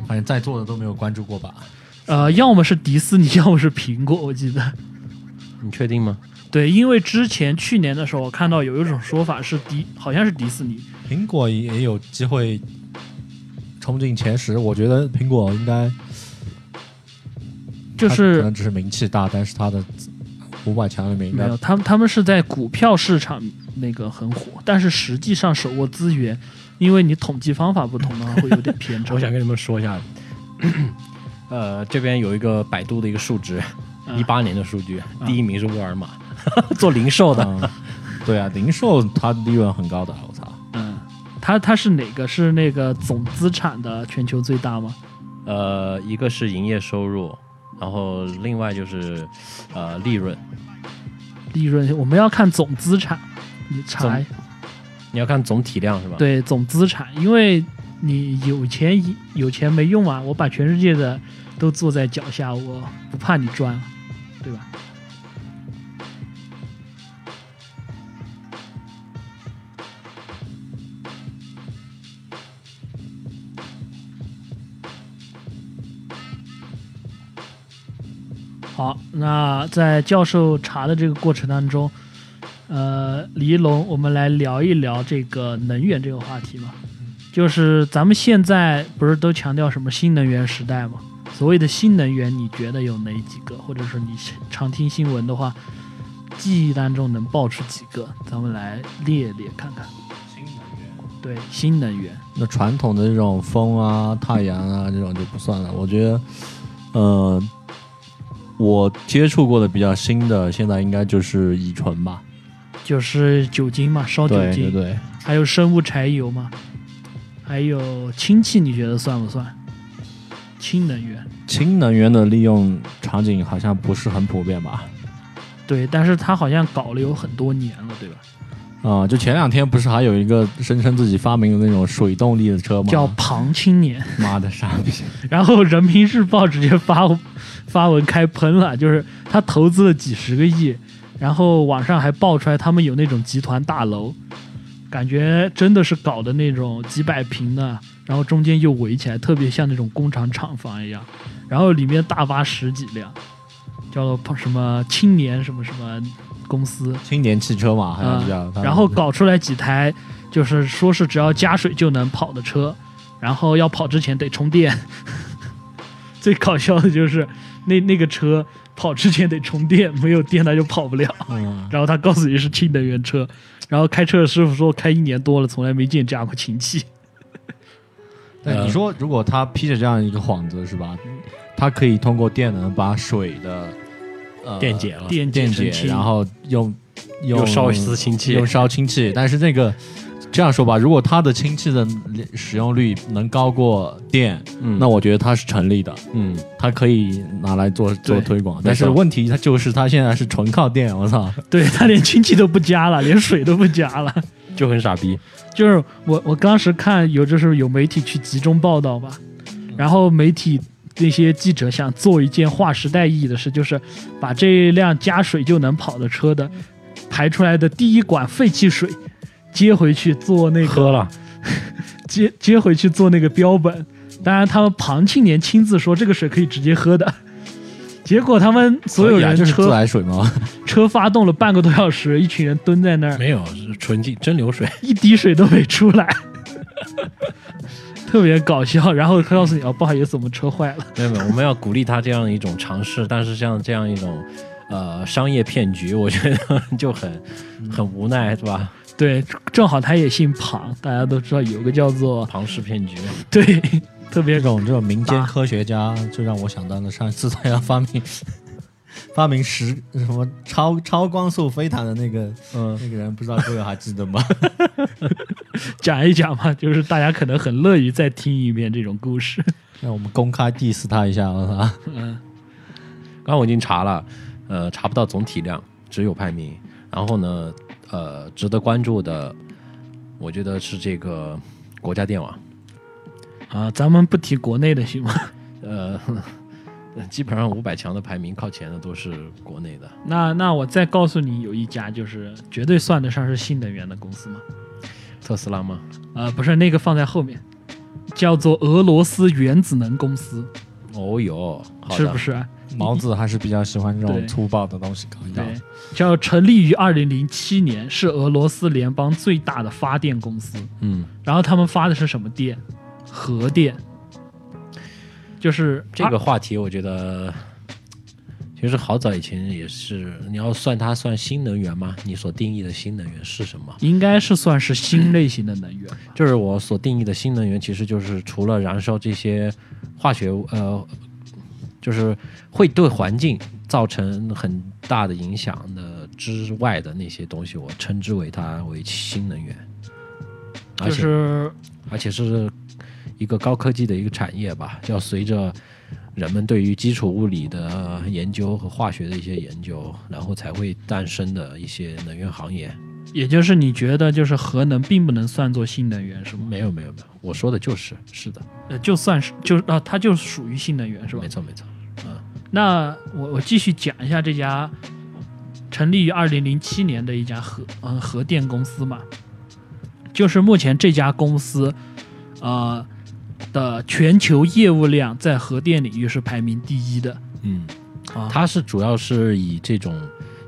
反正在座的都没有关注过吧？呃，要么是迪士尼，要么是苹果，我记得。你确定吗？对，因为之前去年的时候，我看到有一种说法是迪，好像是迪士尼，苹果也有机会冲进前十，我觉得苹果应该就它可是能只是名气大，但是它的五百强里面应没该有他们，他们是在股票市场那个很火，但是实际上手握资源，因为你统计方法不同的话，会有 点偏差。我想跟你们说一下， 呃，这边有一个百度的一个数值，嗯一八年的数据，第一名是沃尔玛， 做零售的。嗯对啊，零售它利润很高的，我操！嗯，他他是哪个？是那个总资产的全球最大吗？呃，一个是营业收入，然后另外就是呃利润。利润我们要看总资产，你查总你要看总体量是吧？，对总资产，因为你有钱有钱没用啊，我把全世界的都坐在脚下，我不怕你赚，啊对吧？好，那在教授查的这个过程当中，呃，李一龙，我们来聊一聊这个能源这个话题嘛。就是咱们现在不是都强调什么新能源时代吗？所谓的新能源，你觉得有哪几个？或者说你常听新闻的话，记忆当中能爆出几个？咱们来列列看看。对，新能源，那传统的这种风啊、太阳啊这种就不算了。我觉得，呃，我接触过的比较新的，现在应该就是乙醇吧。就是酒精嘛，烧酒对精，对对，还有生物柴油嘛，还有氢气，你觉得算不算？氢能源。氢能源的利用场景好像不是很普遍吧？对，但是他好像搞了有很多年了，对吧？啊、就前两天不是还有一个声称自己发明的那种水动力的车吗？叫庞青年。 妈的傻逼！然后人 民日报直接发发文开喷了，就是他投资了几十个亿，然后网上还爆出来他们有那种集团大楼，感觉真的是搞的那种几百平的，然后中间又围起来，特别像那种工厂厂房一样，然后里面大巴十几辆，叫做什么青年什么什么公司，青年汽车嘛，好像是啊叫。他们啊然后搞出来几台，就是说是只要加水就能跑的车，然后要跑之前得充电。 最搞笑的就是那那个车跑之前得充电，没有电它就跑不了。嗯然后他告诉你是氢能源车，然后开车的师傅说开一年多了，从来没见加过氢气。但呃你说，如果他披着这样一个幌子，是吧？他可以通过电能把水的呃电解了，电电成解，氢，然后用用又烧一丝氢气用，烧氢气。但是那个这样说吧，如果它的氢气的使用率能高过电，嗯那我觉得它是成立的，嗯，它可以拿来做做对推广。错但是问题它就是它现在是纯靠电，我操！ 对他连氢气都不加了，连水都不加了。就很傻逼。就是我我当时看有就是有媒体去集中报道吧，嗯然后媒体那些记者想做一件划时代意义的事，就是把这辆加水就能跑的车的排出来的第一管废弃水接回去做那个喝了，接接回去做那个标本。当然，他们庞庆年亲自说这个水可以直接喝的。结果他们所有可以啊人就是自车、来水 嘛，车发动了半个多小时，一群人蹲在那儿，没有是纯净真流水， 一滴水都没出来， 特别搞笑。然后他告诉你哦，不好意思，我们车坏了。没有没有，我们要鼓励他这样一种尝试，但是像这样一种呃商业骗局，我觉得 就很很无奈，是吧？对，正好他也姓庞，大家都知道有个叫做庞氏骗局，对，特别这种这种民间啊科学家，就让我想到了上一次他要发明 发明时什么超超光速飞弹的那个嗯，那个人，不知道各位还记 得吗？讲一讲嘛，就是大家可能很乐于再听一遍这种故事。让我们公开 diss 他一下，我操！嗯，刚刚我已经查了，呃，查不到总体量，只有排名。然后呢，呃，值得关注的，我觉得是这个国家电网，啊，咱们不提国内的行吗？ 呃， 基本上五百强的排名靠前的都是国内的，那那我再告诉你，有一家就是绝对算得上是新能源的公司嘛？特斯拉吗？呃，不是那个放在后面，叫做俄罗斯原子能公司，哦哟，好的是啊不？是？毛子还是比较喜欢这对种粗暴的东西搞一搞。对，叫成立于二零零七年，是俄罗斯联邦最大的发电公司。嗯，然后他们发的是什么电？核电，就是啊这个话题我觉得。其实好早以前也是，你要算它算新能源吗？你所定义的新能源是什么？应该是算是新类型的能源吧。就是我所定义的新能源，其实就是除了燃烧这些化学物呃，就是会对环境造成很大的影响的之外的那些东西，我称之为它为新能源，而就且、是而且是一个高科技的一个产业吧，要随着。人们对于基础物理的研究和化学的一些研究，然后才会诞生的一些能源行业。也就是你觉得就是核能并不能算作新能源是吗？没有没有没有，我说的就是是的，呃，就算是就啊，它就属于新能源是吧没？错没错。那我我继续讲一下这家成立于二零零七年的一家核嗯核电公司嘛，就是目前这家公司呃的全球业务量在核电领域是排名第一的嗯，啊，它是主要是以这种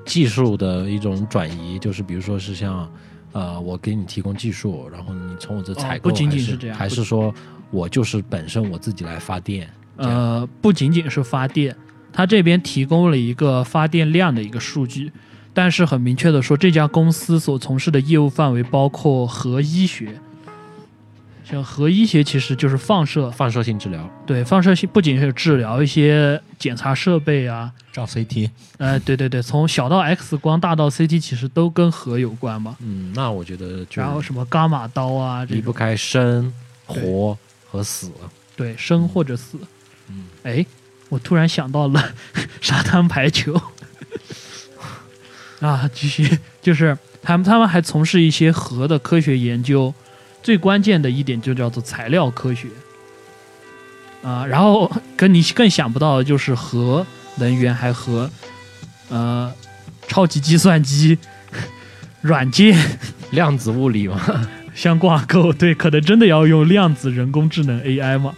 技术的一种转移，就是比如说是像呃，我给你提供技术，然后你从我这采哦购、不仅仅还是这样还不是说我就是本身我自己来发电。这样呃，不仅仅是发电，它这边提供了一个发电量的一个数据，但是很明确的说，这家公司所从事的业务范围包括核医学。像核医学其实就是放射放射性治疗，对，放射性不仅是治疗一些检查设备啊，照 CT，呃，对对对，从小到 X 光，大到 CT，其实都跟核有关嘛。嗯，那我觉得就然后什么伽马刀啊，这离不种开生、对活和死。对生或者死。嗯，哎，我突然想到了 沙滩排球。啊，继续，就是他们他们还从事一些核的科学研究，最关键的一点就叫做材料科学。啊，然后跟你更想不到的就是核能源还和呃超级计算机、 软件量子物理嘛，相挂钩。对，可能真的要用量子人工智能 AI 嘛，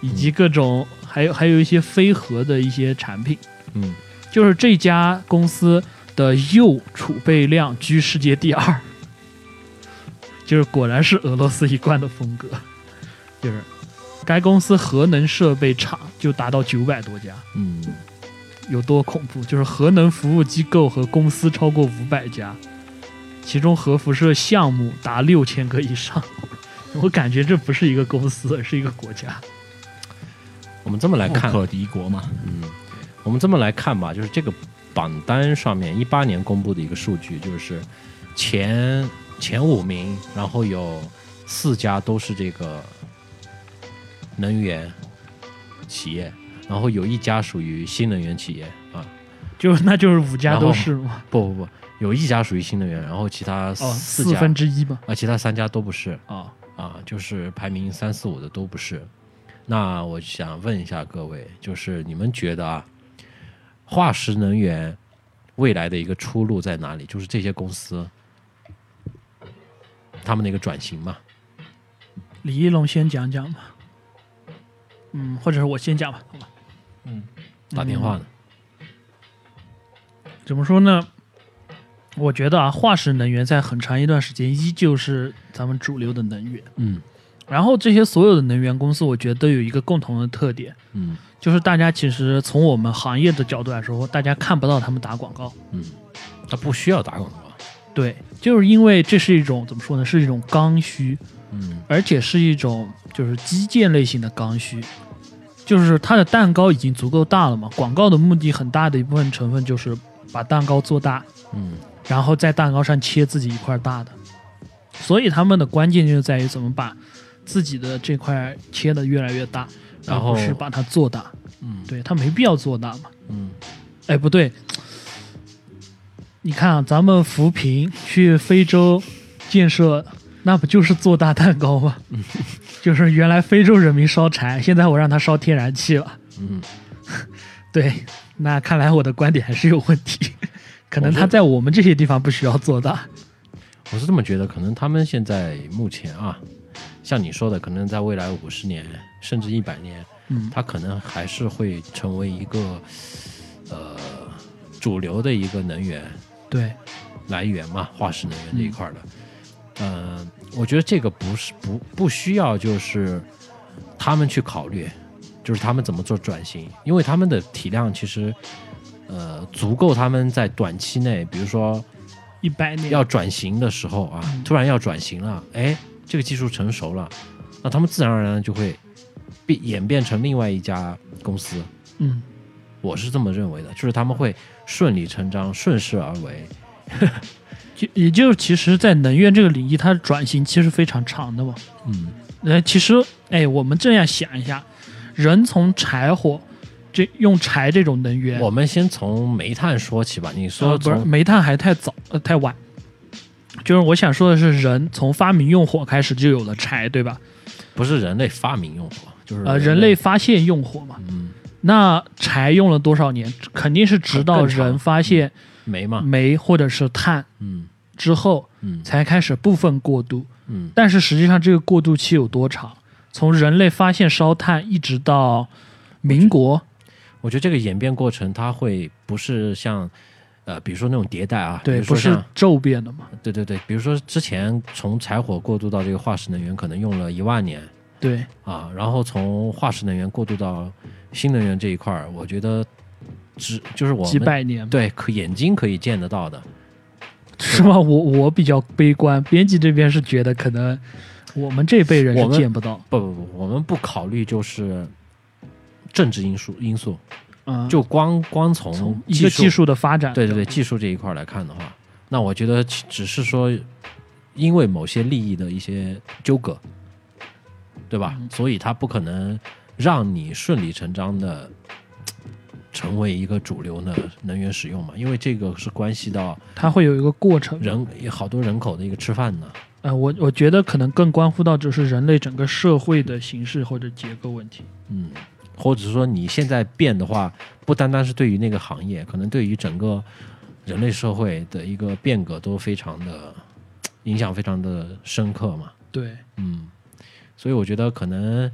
以及各种还有还有一些非核的一些产品。嗯，就是这家公司的铀储备量居世界第二，就是果然是俄罗斯一贯的风格，就是该公司核能设备厂就达到九百多家，嗯，有多恐怖？就是核能服务机构和公司超过五百家，其中核辐射项目达六千个以上。 我感觉这不是一个公司，而是一个国家。我们这么来不看，嗯可敌国嘛。我们这么来看吧，就是这个榜单上面一八年公布的一个数据，就是前前五名，然后有四家都是这个能源企业，然后有一家属于新能源企业啊，就是那就是五家然后都是嘛，不不不，有一家属于新能源，然后其他哦，四四家、分之一嘛，啊，其他三家都不是啊、啊，就是排名三四五的都不是。那我想问一下各位，就是你们觉得啊，化石能源未来的一个出路在哪里？就是这些公司他们的一个转型嘛？李一龙先讲讲吧，嗯，或者是我先讲吧，好吧？打电话呢？怎么说呢？我觉得啊，化石能源在很长一段时间依旧是咱们主流的能源。嗯然后这些所有的能源公司，我觉得有一个共同的特点，嗯就是大家其实从我们行业的角度来说，大家看不到他们打广告。嗯，他不需要打广告。对，就是因为这是一种怎么说呢？是一种刚需，嗯而且是一种就是基建类型的刚需，就是它的蛋糕已经足够大了嘛。广告的目的很大的一部分成分就是把蛋糕做大，嗯然后在蛋糕上切自己一块大的。所以他们的关键就在于怎么把自己的这块切的越来越大，然后而不是把它做大。嗯对他没必要做大嘛。嗯哎，不对，你看啊，咱们扶贫去非洲建设，那不就是做大蛋糕 吗？就是原来非洲人民烧柴，现在我让他烧天然气了。嗯，对，那看来我的观点还是有问题，可能我是他在我们这些地方不需要做大。我是这么觉得，可能他们现在目前啊，像你说的，可能在未来五十年甚至一百年，嗯它可能还是会成为一个呃主流的一个能源对，来源嘛，化石能源这一块儿的。嗯、我觉得这个不是不不需要就是他们去考虑，就是他们怎么做转型，因为他们的体量其实呃足够他们在短期内，比如说一百年要转型的时候啊，嗯突然要转型了，哎，这个技术成熟了，那他们自然而然就会变演变成另外一家公司。嗯，我是这么认为的，就是他们会顺理成章、顺势而为。就也就是其实，在能源这个领域，它的转型其实非常长的嘛。嗯呃，其实，哎，我们这样想一下，人从柴火，这用柴这种能源，我们先从煤炭说起吧。你呃说不是哦从煤炭还太早，呃，太晚。就是我想说的是，人从发明用火开始就有了柴，对吧？不是人类发明用火，就是呃，人人类发现用火嘛。嗯那柴用了多少年？肯定是直到更长人发现煤嘛。煤或者是碳啊嗯之后，嗯才开始部分过渡。嗯但是实际上这个过渡期有多长？从人类发现烧炭一直到民国，我觉得这个演变过程，它会不是像呃，比如说那种迭代啊，比对，如说不是像骤变的嘛？对对对，比如说之前从柴火过渡到这个化石能源，可能用了一万年对，啊，然后从化石能源过渡到新能源这一块儿，我觉得只就是我几们百年嘛对可眼睛可以见得到的，是吗？我我比较悲观，编辑这边是觉得可能我们这辈人我是们见不到，不不不，我们不考虑就是政治因素因素，嗯，就光光从从一个技术的发展，对对对技术这一块儿来看的话，那我觉得其只是说因为某些利益的一些纠葛，对吧？所以它不可能让你顺理成章的成为一个主流的能源使用嘛，因为这个是关系到它会有一个过程。人好多人口的一个吃饭呢。呃，我我觉得可能更关乎到就是人类整个社会的形式或者结构问题。嗯，或者说你现在变的话，不单单是对于那个行业，可能对于整个人类社会的一个变革都非常的影响非常的深刻嘛。对，嗯，所以我觉得可能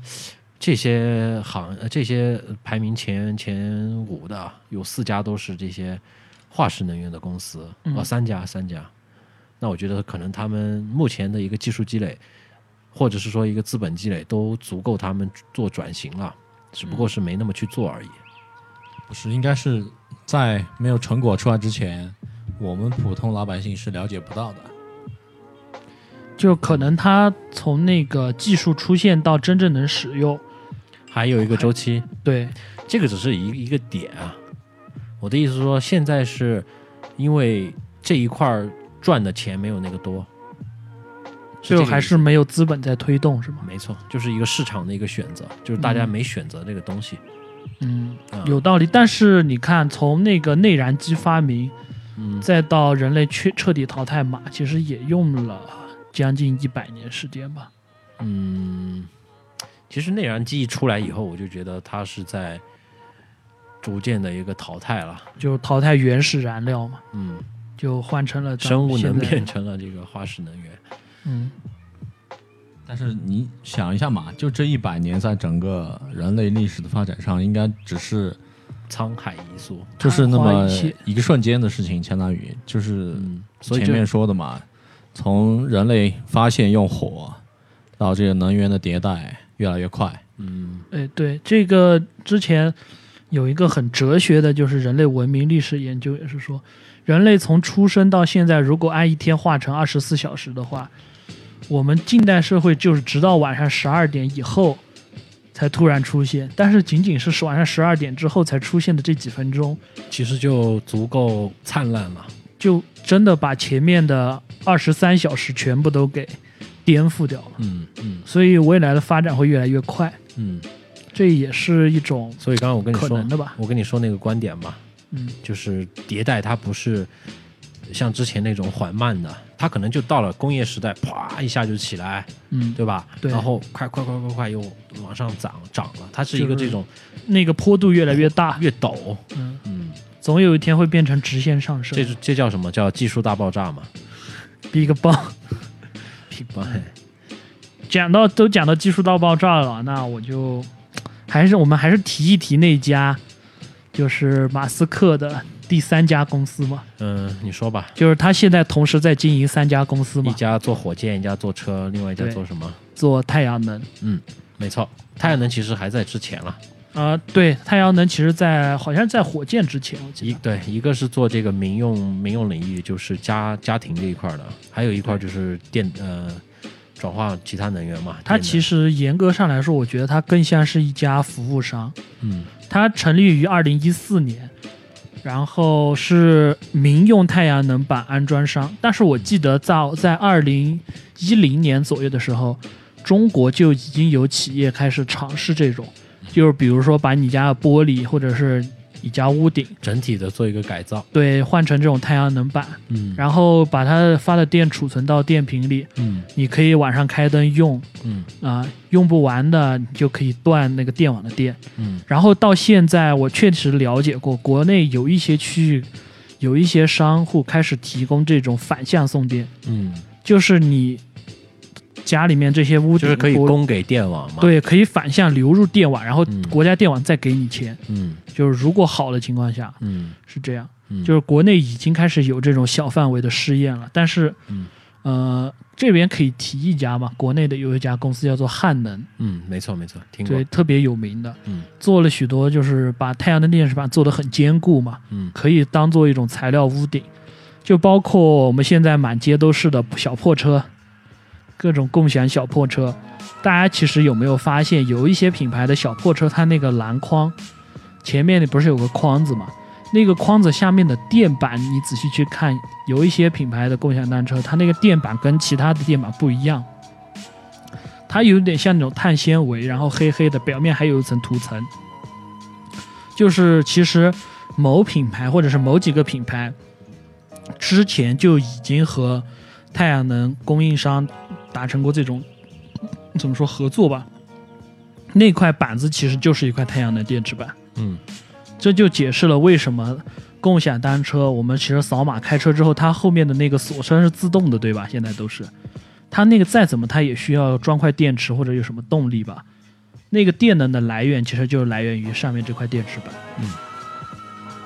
这些行呃这些排名前前五的有四家都是这些化石能源的公司，啊、嗯三家三家。那我觉得可能他们目前的一个技术积累，或者是说一个资本积累，都足够他们做转型了，只不过是没那么去做而已。不是，应该是在没有成果出来之前，我们普通老百姓是了解不到的。就可能它从那个技术出现到真正能使用，哦还有一个周期，对，这个只是一一个点啊。我的意思是说，现在是因为这一块儿赚的钱没有那个多，这就个还是意没有资本在推动，是吗思？没错，就是一个市场的一个选择，就是大家嗯没选择这个东西。嗯，啊有道理。但是你看，从那个内燃机发明，嗯，再到人类彻彻底淘汰马，其实也用了将近一百年时间吧。嗯，其实内燃机一出来以后，我就觉得它是在逐渐的一个淘汰了。就淘汰原始燃料嘛，嗯，就换成了咱们生物能现在变。成了这个化石能源。嗯，但是你想一下嘛，就这一百年，在整个人类历史的发展上，应该只是沧海一粟，就是那昙花么一现一个瞬间的事情，相当于就是嗯，所以前就面说的嘛，从人类发现用火到这个能源的迭代越来越快，嗯，哎，对，这个之前有一个很哲学的，就是人类文明历史研究，也是说，人类从出生到现在，如果按一天划成二十四小时的话，我们近代社会就是直到晚上十二点以后才突然出现，但是仅仅是晚上十二点之后才出现的这几分钟，其实就足够灿烂了。就真的把前面的二十三小时全部都给颠覆掉了。嗯嗯所以未来的发展会越来越快，嗯。这也是一种所以刚刚我跟你可说能的吧。我跟你说那个观点吧，嗯，就是迭代它不是像之前那种缓慢的，它可能就到了工业时代，啪一下就起来，嗯，对吧？对然后快快快快快又往上涨涨了，它是一个就是这种那个坡度越来越大，越陡，嗯，嗯，总有一天会变成直线上升这。是这叫什么叫技术大爆炸嘛 Big Bang， ？Big Bang，讲到都讲到技术到爆炸了，那我就还是我们还是提一提那家，就是马斯克的第三家公司嘛，嗯，你说吧，就是他现在同时在经营三家公司一嘛，家做火箭，一家做车，另外一家对做什么？做太阳能。没错，太阳能其实还在之前了，啊，对，太阳能其实在好像在火箭之前，我记一得。对，一个是做这个民用民用领域，就是家家庭这一块儿的，还有一块儿就是电呃转化其他能源嘛。它其实实严格上来说，我觉得它更像是一家服务商。嗯它成立于二零一四年，然后是民用太阳能板安装商。但是我记得早在二零一零年左右的时候，中国就已经有企业开始尝试这种，就是比如说把你家的玻璃或者是你家屋顶，整体的做一个改造，对，换成这种太阳能板，嗯然后把它发的电储存到电瓶里，嗯你可以晚上开灯用，嗯啊、用不完的你就可以断那个电网的电。嗯，然后到现在，我确实了解过，国内有一些区域，有一些商户开始提供这种反向送电，嗯，就是你家里面这些屋顶就是可以玻璃供给电网嘛。，对，可以反向流入电网，然后嗯国家电网再给你钱。嗯就是如果好的情况下嗯是这样，嗯，就是国内已经开始有这种小范围的试验了，但是，嗯呃，这边可以提一家嘛，国内的有一家公司叫做汉能。嗯，没错没错，听过对，，特别有名的，嗯做了许多就是把太阳能电池板做得很坚固嘛，嗯可以当做一种材料屋顶，就包括我们现在满街都是的小破车，各种共享小破车，大家其实有没有发现，有一些品牌的小破车，它那个篮筐前面不是有个框子嘛？那个框子下面的电板，你仔细去看，有一些品牌的共享单车，它那个电板跟其他的电板不一样，它有点像那种碳纤维，然后黑黑的，表面还有一层涂层。就是其实某品牌或者是某几个品牌之前就已经和太阳能供应商达成过这种怎么说合作吧。那块板子其实就是一块太阳能电池板，嗯这就解释了为什么共享单车，我们其实扫码开车之后，它后面的那个锁车是自动的，对吧？现在都是，它那个再怎么它也需要装块电池或者有什么动力吧？那个电能的来源其实就是来源于上面这块电池板。嗯，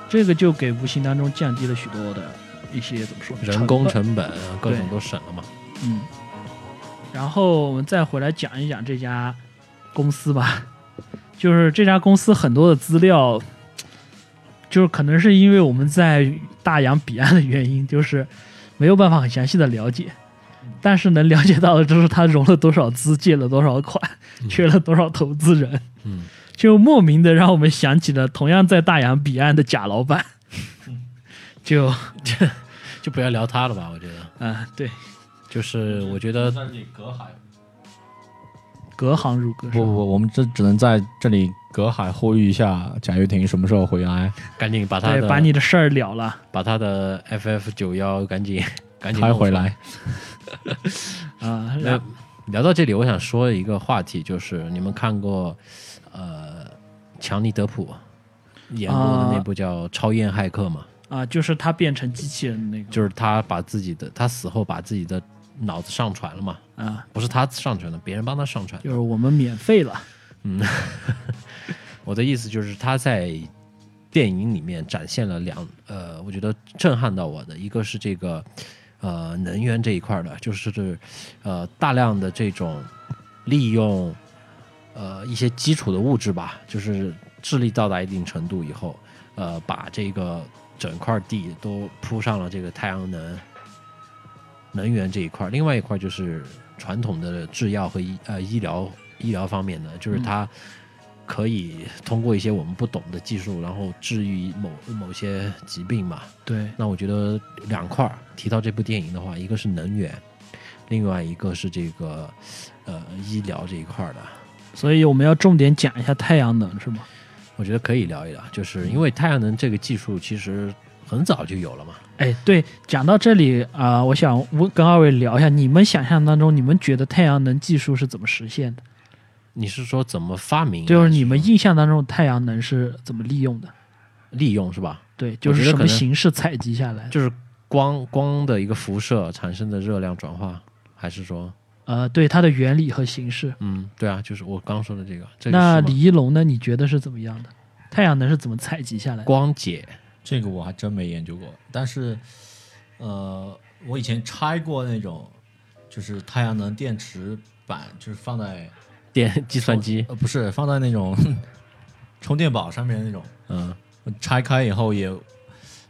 这个就给无形当中降低了许多的一些怎么说人工成成本各种对都省了嘛。本嗯，然后我们再回来讲一讲这家公司吧，就是这家公司很多的资料，就是可能是因为我们在大洋彼岸的原因，就是没有办法很详细的了解。但是能了解到的就是它融了多少资，借了多少款，缺了多少投资人，嗯，就莫名的让我们想起了同样在大洋彼岸的贾老板，嗯就啊、就不要聊它了吧，我觉得，对，就是我觉得在这里隔海，隔行如隔不山，不，我们这只能在这里隔海呼吁一下贾跃亭什么时候回来，赶紧把它对，的把你的事儿了了。把它的 FF 九幺赶紧赶紧开弄出回。来。啊，那然聊到这里，我想说一个话题，就是你们看过呃强尼德普演过的那部叫《超验骇客》吗？啊，就是他变成机器人那个，就是他把自己的他死后把自己的脑子上传了嘛，啊，不是他上传的，别人帮他上传的。就是我们免费了我的意思就是，他在电影里面展现了两呃，我觉得震撼到我的，一个是这个呃能源这一块儿的，就是呃大量的这种利用呃一些基础的物质吧，就是智力到达一定程度以后，呃把这个整块地都铺上了这个太阳能能源这一块儿，另外一块儿就是传统的制药和医呃医疗医疗方面的，就是它。可以通过一些我们不懂的技术，然后治愈某某些疾病嘛。对，那我觉得两块儿提到这部电影的话，一个是能源，另外一个是这个呃医疗这一块儿的，所以我们要重点讲一下太阳能是吗？我觉得可以聊一聊，就是因为太阳能这个技术其实很早就有了嘛。哎，对，讲到这里啊、我想问跟二位聊一下，你们想象当中，你们觉得太阳能技术是怎么实现的？你是说怎么发明？就是你们印象当中太阳能是怎么利用的？利用是吧？对，就是我觉得什可么能形式采集下来的？就是光光的一个辐射产生的热量转化，还是说呃，对，它的原理和形式。嗯，对啊，就是我刚说的这个。这个那是吗李一龙呢？你觉得是怎么样的？太阳能是怎么采集下来的？光解这个我还真没研究过，但是，呃，我以前拆过那种，就是太阳能电池板，就是放在电计算机，呃不是放在那种 充电宝上面那种，嗯。我拆开以后也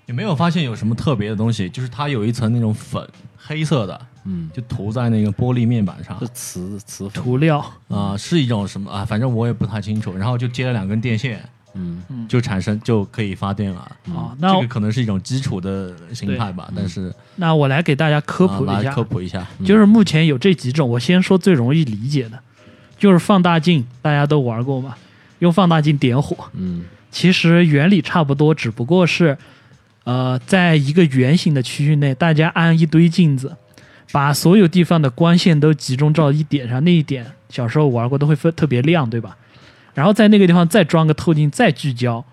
也没有发现有什么特别的东西，就是它有一层那种粉黑色的，嗯，就涂在那个玻璃面板上是，磁磁粉，涂料，啊、是一种什么啊？反正我也不太清楚。然后就接了两根电线，嗯，就产生就可以发电了。啊，那这个可能是一种基础的形态吧，但是那我来给大家嗯科普啊一来下，科普一下。就是目前有这几种，我先说最容易理解的，就是放大镜，大家都玩过嘛，用放大镜点火，嗯，其实原理差不多，只不过是，呃，在一个圆形的区域内，大家安一堆镜子，把所有地方的光线都集中到一点上，那一点小时候玩过都会分特别亮，对吧？然后在那个地方再装个透镜，再聚焦，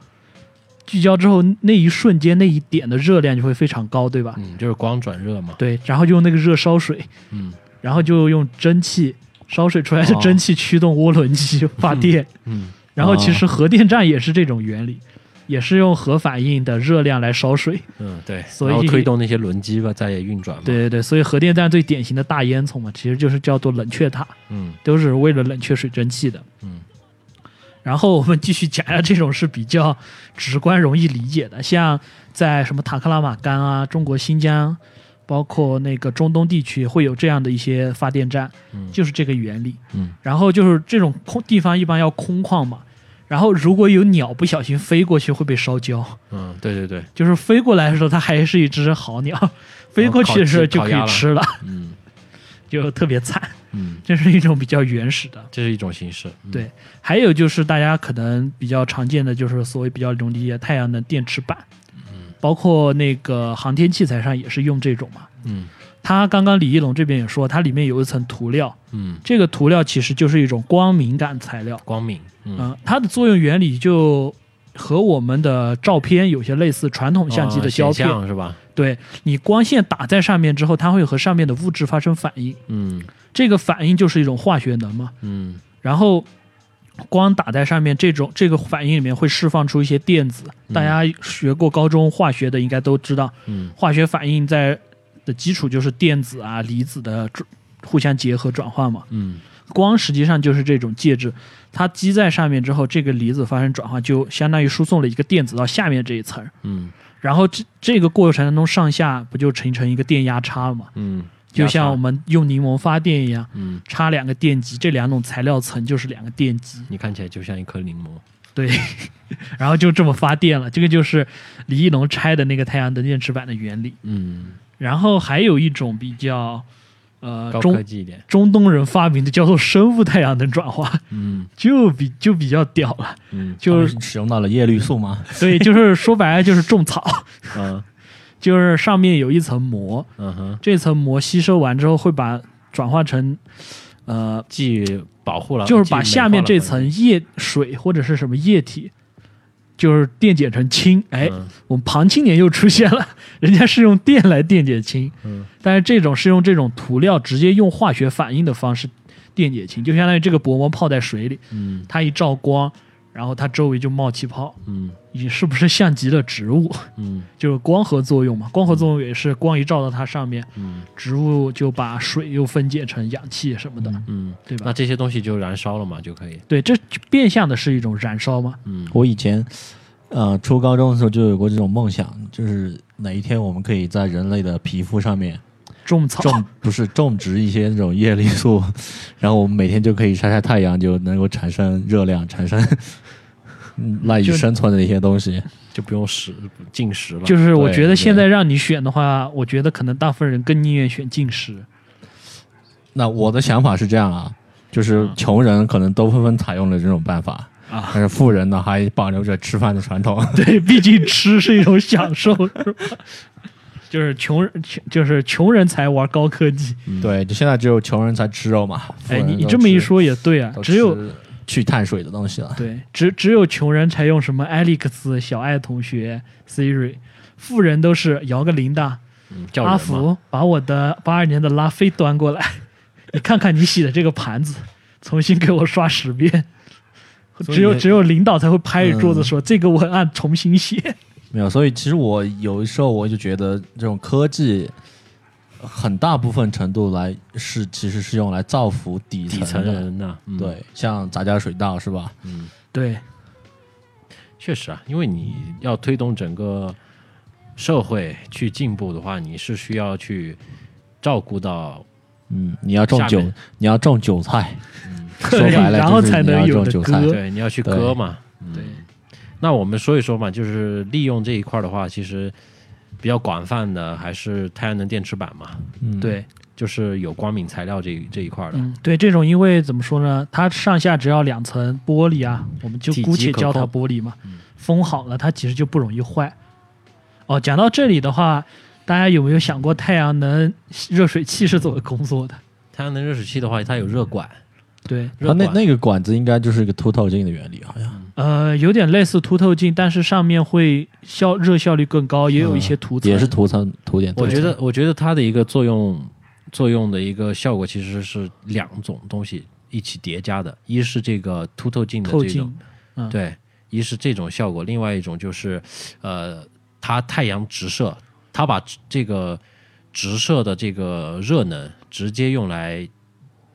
聚焦之后那一瞬间那一点的热量就会非常高，对吧？嗯，就是光转热嘛，对，然后就用那个热烧水，嗯，哦然后就用蒸汽烧水出来的蒸汽驱动涡轮 机发电，嗯，然后其实核电站也是这种原理，也是用核反应的热量来烧水，嗯，对，所以然后推动那些轮机吧，在运转嘛，，对对对，所以核电站最典型的大烟囱嘛，其实就是叫做冷却塔，嗯都是为了冷却水蒸气的，嗯。然后我们继续讲一下这种是比较直观、容易理解的，像在什么塔克拉玛干啊、中国新疆，包括那个中东地区，会有这样的一些发电站，嗯就是这个原理。嗯，然后就是这种空地方一般要空旷嘛，然后如果有鸟不小心飞过去会被烧焦，嗯，对对对，就是飞过来的时候它还是一只 好鸟，飞过去的时候哦就可以吃了，嗯 就特别惨。嗯，这是一种比较原始的。这是一种形式，嗯对还有就是大家可能比较常见的就是所谓比较容易理解太阳能电池板，嗯包括那个航天器材上也是用这种嘛。嗯它刚刚李一龙这边也说，它里面有一层涂料，嗯，这个涂料其实就是一种光敏感材料。呃光敏，嗯嗯，它的作用原理就和我们的照片有些类似，传统相机的啊胶显片，像是吧？对你光线打在上面之后，它会和上面的物质发生反应，嗯这个反应就是一种化学能嘛。嗯然后光打在上面，这种这个反应里面会释放出一些电子。大家学过高中化学的应该都知道，嗯化学反应在的基础就是电子啊、离子的转互相结合转换嘛。嗯光实际上就是这种介质，它积在上面之后，这个离子发生转换，就相当于输送了一个电子到下面这一层。嗯然后这这个过程当中，上下不就形成一个电压差了嘛？嗯，就像我们用柠檬发电一样，嗯，插两个电极，这两种材料层就是两个电极，你看起来就像一颗柠檬。对， 然后就这么发电了。这个就是李一农拆的那个太阳能电池板的原理。嗯，然后还有一种比较，呃，高科中技一点。中东人发明的叫做生物太阳能转化，嗯就比就比较屌了。嗯就他是们使用到了叶绿素吗？对，就是说白了就是种草， 啊就是上面有一层膜，嗯哼，这层膜吸收完之后会把转化成，呃，既保护了，就是把啊既美下化面了这环层液水或者是什么液体，就是电解成氢。哎，嗯我们庞青年又出现了，人家是用电来电解氢，嗯但是这种是用这种涂料直接用化学反应的方式电解氢，就相当于这个薄膜泡在水里，嗯它一照光，然后它周围就冒气泡。嗯你是不是像极了植物？ 嗯就是光合作用嘛，光合作用也是光一照到它上面，嗯植物就把水又分解成氧气什么的，嗯，对吧那这些东西就燃烧了嘛，就可以。对，这就变相的是一种燃烧嘛。嗯我以前，呃，初高中的时候就有过这种梦想，就是哪一天我们可以在人类的皮肤上面种草，种，不是种植一些那种叶绿素， 然后我们每天就可以晒晒太阳，就能够产生热量，产生嗯赖以就生存的一些东西。就不用食进食了。就是我觉得对现在让你选的话，我觉得可能大部分人更宁愿选进食。那我的想法是这样啊，就是穷人可能都纷纷采用了这种办法。嗯啊但是富人呢，还保留着吃饭的传统。对，毕竟吃是一种享受，是吧？就是穷人，穷就是穷人才玩高科技。 对，就现在只有穷人才吃肉嘛。嗯哎，富人你你都这么一吃，说也对啊都，只有吃去碳水的东西了。对，只只有穷人才用什么 Alex、小爱同学、Siri，富人都是摇个铃铛，嗯叫阿人嘛，福把我的八二年的拉菲端过来， 你看看你洗的这个盘子，重新给我刷十遍。所以只有只有领导才会拍着桌子嗯说、这个文案重新 写。没有，所以其实我有时候我就觉得这种科技。很大部分程度来是其实是用来造福底底层层的，人呐、嗯，对，像杂交水稻是吧？嗯对确实啊，因为你要推动整个社会去进步的话，你是需要去照顾到嗯，你要种下韭面，你要种韭菜，说对白了然后就是才你能要有种的韭菜歌。对，你要去割嘛。嗯嗯对，那我们说一说嘛，就是利用这一块的话，其实比较广泛的还是太阳能电池板嘛，嗯，对，就是有光敏材料这一这一块的。嗯，对，这种因为怎么说呢，它上下只要两层玻璃啊，我们就体积姑且可叫它控玻璃嘛，嗯封好了，它其实就不容易坏。哦，讲到这里的话，大家有没有想过太阳能热水器是怎么工作的？太阳能热水器的话，它有热啊管，对，它热那管那个管子应该就是一个凸透镜的原理，啊好像呃，有点类似凸透镜，但是上面会效热效率更嗯高，也有一些涂层。也是涂层涂点。我觉得，我觉得它的一个作用作用的一个效果其实是两种东西一起叠加的，一是这个凸透镜的透这种镜，嗯对，一是这种效果，另外一种就是，呃，它太阳直射，它把这个直射的这个热能直接用来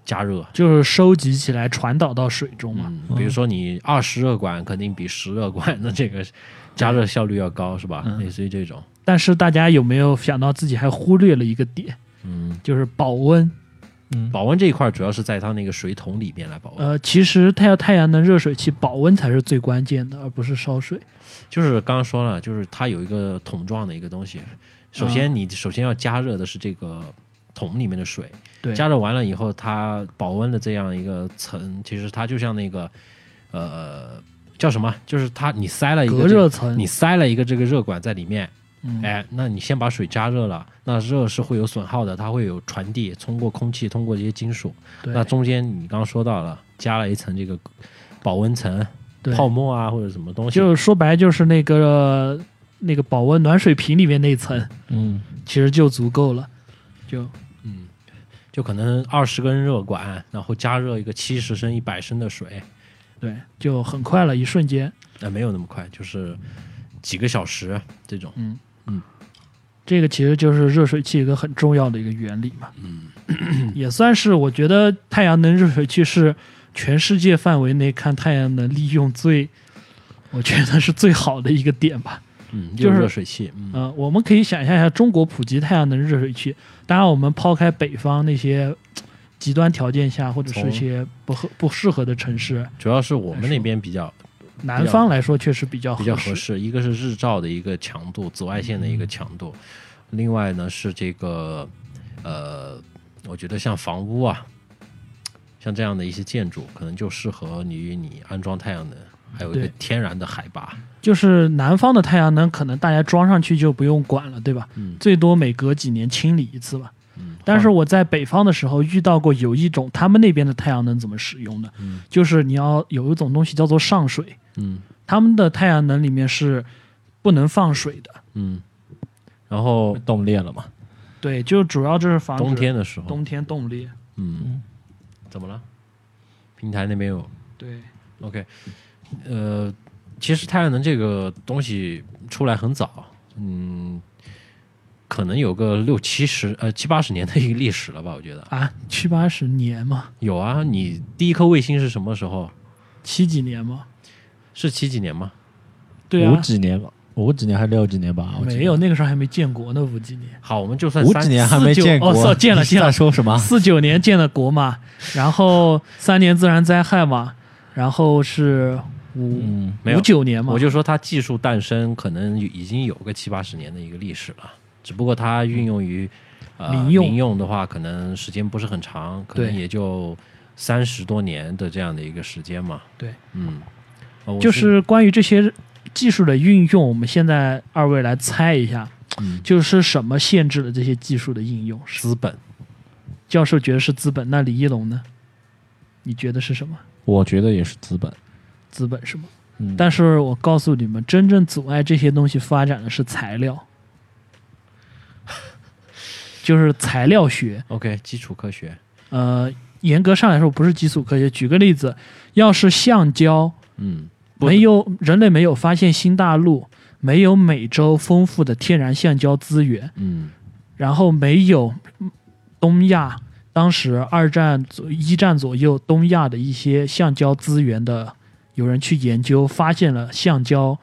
加热。就是收集起来传导到水中嘛。嗯，比如说你二十热管肯定比十热管的这个加热效率要高，是吧？嗯类似于这种，但是大家有没有想到自己还忽略了一个点？嗯，就是保温。保温这一块主要是在它那个水桶里面来保温，呃，其实太阳太阳能热水器保温才是最关键的，而不是烧水。就是刚刚说了，就是它有一个桶状的一个东西，首嗯先你首先要加热的是这个桶里面的水，对，加热完了以后，它保温的这样一个层，其实它就像那个呃叫什么，就是它你塞了一个隔这热层。你塞了一个这个热管在里面，嗯哎，那你先把水加热了，那热是会有损耗的，它会有传递，通过空气，通过这些金属，对那中间你刚刚说到了，加了一层这个保温层，对，泡沫啊或者什么东西，就是说白了就是那个那个保温暖水瓶里面那一层，嗯，其实就足够了。就嗯，就可能二十根热管，然后加热一个七十升、一百升的水，对，就很快了，一瞬间。那没有那么快，就是几个小时这种。嗯嗯这个其实就是热水器一个很重要的一个原理嘛。嗯， 也算是我觉得太阳能热水器是全世界范围内看太阳能利用最，我觉得是最好的一个点吧。嗯，就是用热水器，嗯，呃，我们可以想象一下中国普及太阳能热水器。当然，我们抛开北方那些嘖极端条件下，或者是一些不合不适合的城市，主要是我们那边比较南方来说确实比较合比适。较合适，一个是日照的一个强度，紫外线的一个强度，另外呢是这个呃，我觉得像房屋啊，像这样的一些建筑，可能就适合你你安装太阳能，还有一个对天然的海拔，就是南方的太阳能，可能大家装上去就不用管了，对吧？嗯最多每隔几年清理一次吧。嗯，但是我在北方的时候遇到过有一种他们那边的太阳能怎么使用的，嗯就是你要有一种东西叫做上水，嗯他们的太阳能里面是不能放水的。嗯，然后冻裂了嘛，对，就主要就是防止冬天的时候，冬天冻裂。嗯，怎么了？平台那边有对， OK，呃，其实太阳能这个东西出来很早，嗯，可能有个六七十呃七八十年的一个历史了吧，我觉得啊，七八十年嘛，有啊。你第一颗卫星是什么时候？七几年嘛，是七几年吗？对五啊，几年吧，五几年还是六几年吧？我记得没有，那个时候还没建国呢，五几年，好，我们就算五三几年还没建国， 49哦算建了你在建了说什啊么？四九年建的国嘛，然后三年自然灾害嘛，然后是五嗯，没有五九年嘛，我就说它技术诞生可能已经有个七八十年的一个历史了，只不过它运用于、呃嗯民用的话，可能时间不是很长，可能对也就三十多年的这样的一个时间嘛。对，嗯，呃我就是关于这些技术的运用，我们现在二位来猜一下，嗯就是什么限制了这些技术的应用？是资本，教授觉得是资本，那李一龙呢？你觉得是什么？我觉得也是资本。资本是吗？嗯，但是我告诉你们，真正阻碍这些东西发展的是材 料，就是材料学。 OK，基础科学，呃，严格上来说不是基础科学。举个例子，要是橡胶嗯，不没有人类没有发现新大陆，没有美洲丰富的天然橡胶资源，嗯然后没有嗯东亚当时二战左一战左右东亚的一些橡胶资源的有人去研究，发现了橡胶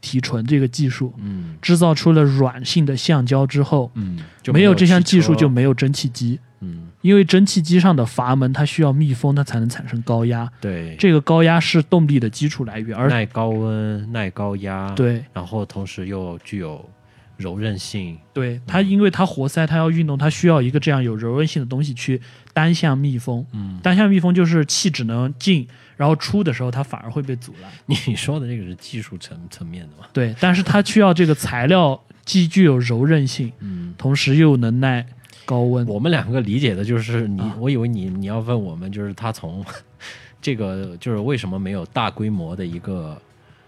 提纯这个技术，嗯制造出了软性的橡胶之后，嗯，就没有这项汽车技术就没有蒸汽机，嗯，因为蒸汽机上的阀门它需要密封，它才能产生高压，对，这个高压是动力的基础来源，而耐高温、耐高压，，对然后同时又具有柔韧性，对，它因为它活塞，它要运动，它需要一个这样有柔韧性的东西去单向密封。嗯，单向密封就是气只能进，然后出的时候它反而会被阻拦。你说的这个是技术层层面的嘛？对，但是它需要这个材料既具有柔韧性，嗯，同时又能耐高温。我们两个理解的就是你，啊我以为你你要问我们，就是他从 这个就是为什么没有大规模的一个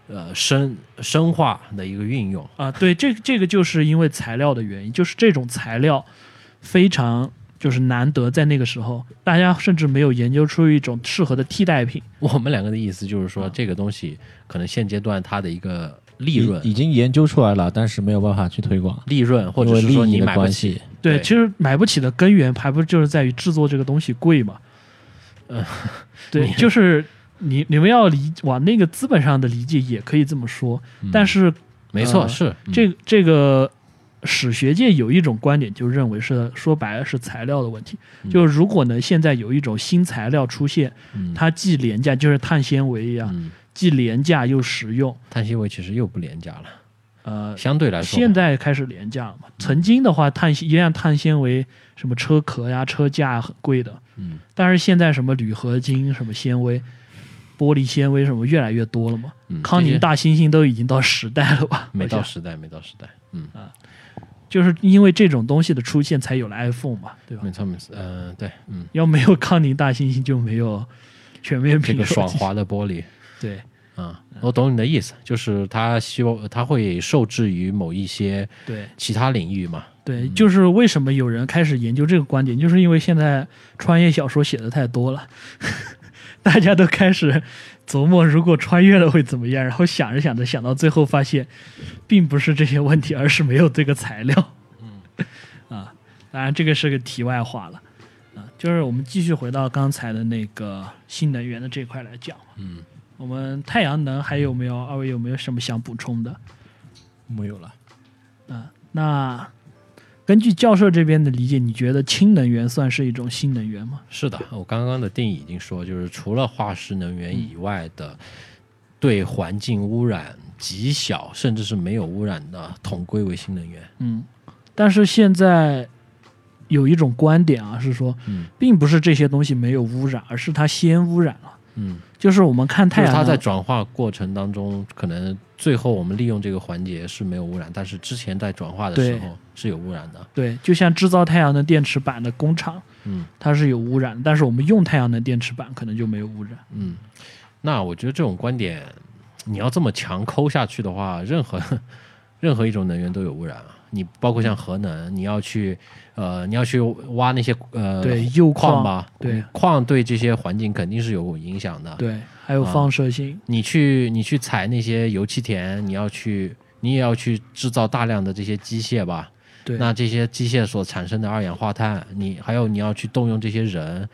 呃深深化的一个运用，啊，对，这这个就是因为材料的原因，就是这种材料非常就是难得，在那个时候，大家甚至没有研究出一种适合的替代品。我们两个的意思就是说，啊这个东西可能现阶段它的一个利已润已经研究出来了，但是没有办法去推广，利润，或因者为是利说益你的买不关起系。。对，对其实买不起的根源还不就是在于制作这个东西贵嘛？嗯，对，你就是你你们要理往那个资本上的理解也可以这么说，嗯但是没错，呃是嗯这、这个史学界有一种观点，就认为是说白了是材料的问题。嗯就是如果呢，现在有一种新材料出现，嗯它既廉价，就是碳纤维一样，嗯，既廉价又实用。碳纤维其实又不廉价了，呃，相对来说，现在开始廉价了嘛？曾经的话，碳一辆碳纤维什么车壳呀、车架啊很贵的，嗯，但是现在什么铝合金、什么纤维、玻璃纤维什么越来越多了嘛？嗯康宁这些大猩猩都已经到时代了吧？没我想到时代，没到时代，啊嗯，就是因为这种东西的出现，才有了 iPhone 嘛，对吧没？错没错，嗯，对，嗯， 要没有康宁大猩猩，就没有全面这屏个手爽机。滑的玻璃，对，啊、我懂你的意思，就是他希望他会受制于某一些对其他领域嘛。对，就是为什么有人开始研究这个观点，就是因为现在穿越小说写的太多了， 大家都开始琢磨如果穿越了会怎么样，然后想着想着想到最后发现，并不是这些问题，而是没有这个材料。嗯， 啊，当然这个是个题外话了。啊，就是我们继续回到刚才的那个新能源的这块来讲。嗯，我们太阳能还有没有二位有没有什么想补充的？没有了。那根据教授这边的理解，你觉得氢能源算是一种新能源吗？是的，我刚刚的定义已经说，就是除了化石能源以外的，对环境污染极小甚至是没有污染的，统归为新能源。嗯，但是现在有一种观点啊，是说，嗯并不是这些东西没有污染，而是它先污染了。嗯，就是我们看就太是阳它能，在转化过程当中，可能最后我们利用这个环节是没有污染，但是之前在转化的时对候是有污染的。对，就像制造太阳能电池板的工厂，嗯它是有污染，但是我们用太阳能电池板可能就没有污染。嗯，那我觉得这种观点，你要这么强抠下去的话，任何任何一种能源都有污染啊。你包括像核能，你要去呃，你要去挖那些呃对，铀矿吧，嗯对矿对这些环境肯定是有影响的。对，还有啊放射性，你去你去采那些油气田，你要去你也要去制造大量的这些机械吧。对，那这些机械所产生的二氧化碳，你还有你要去动用这些人，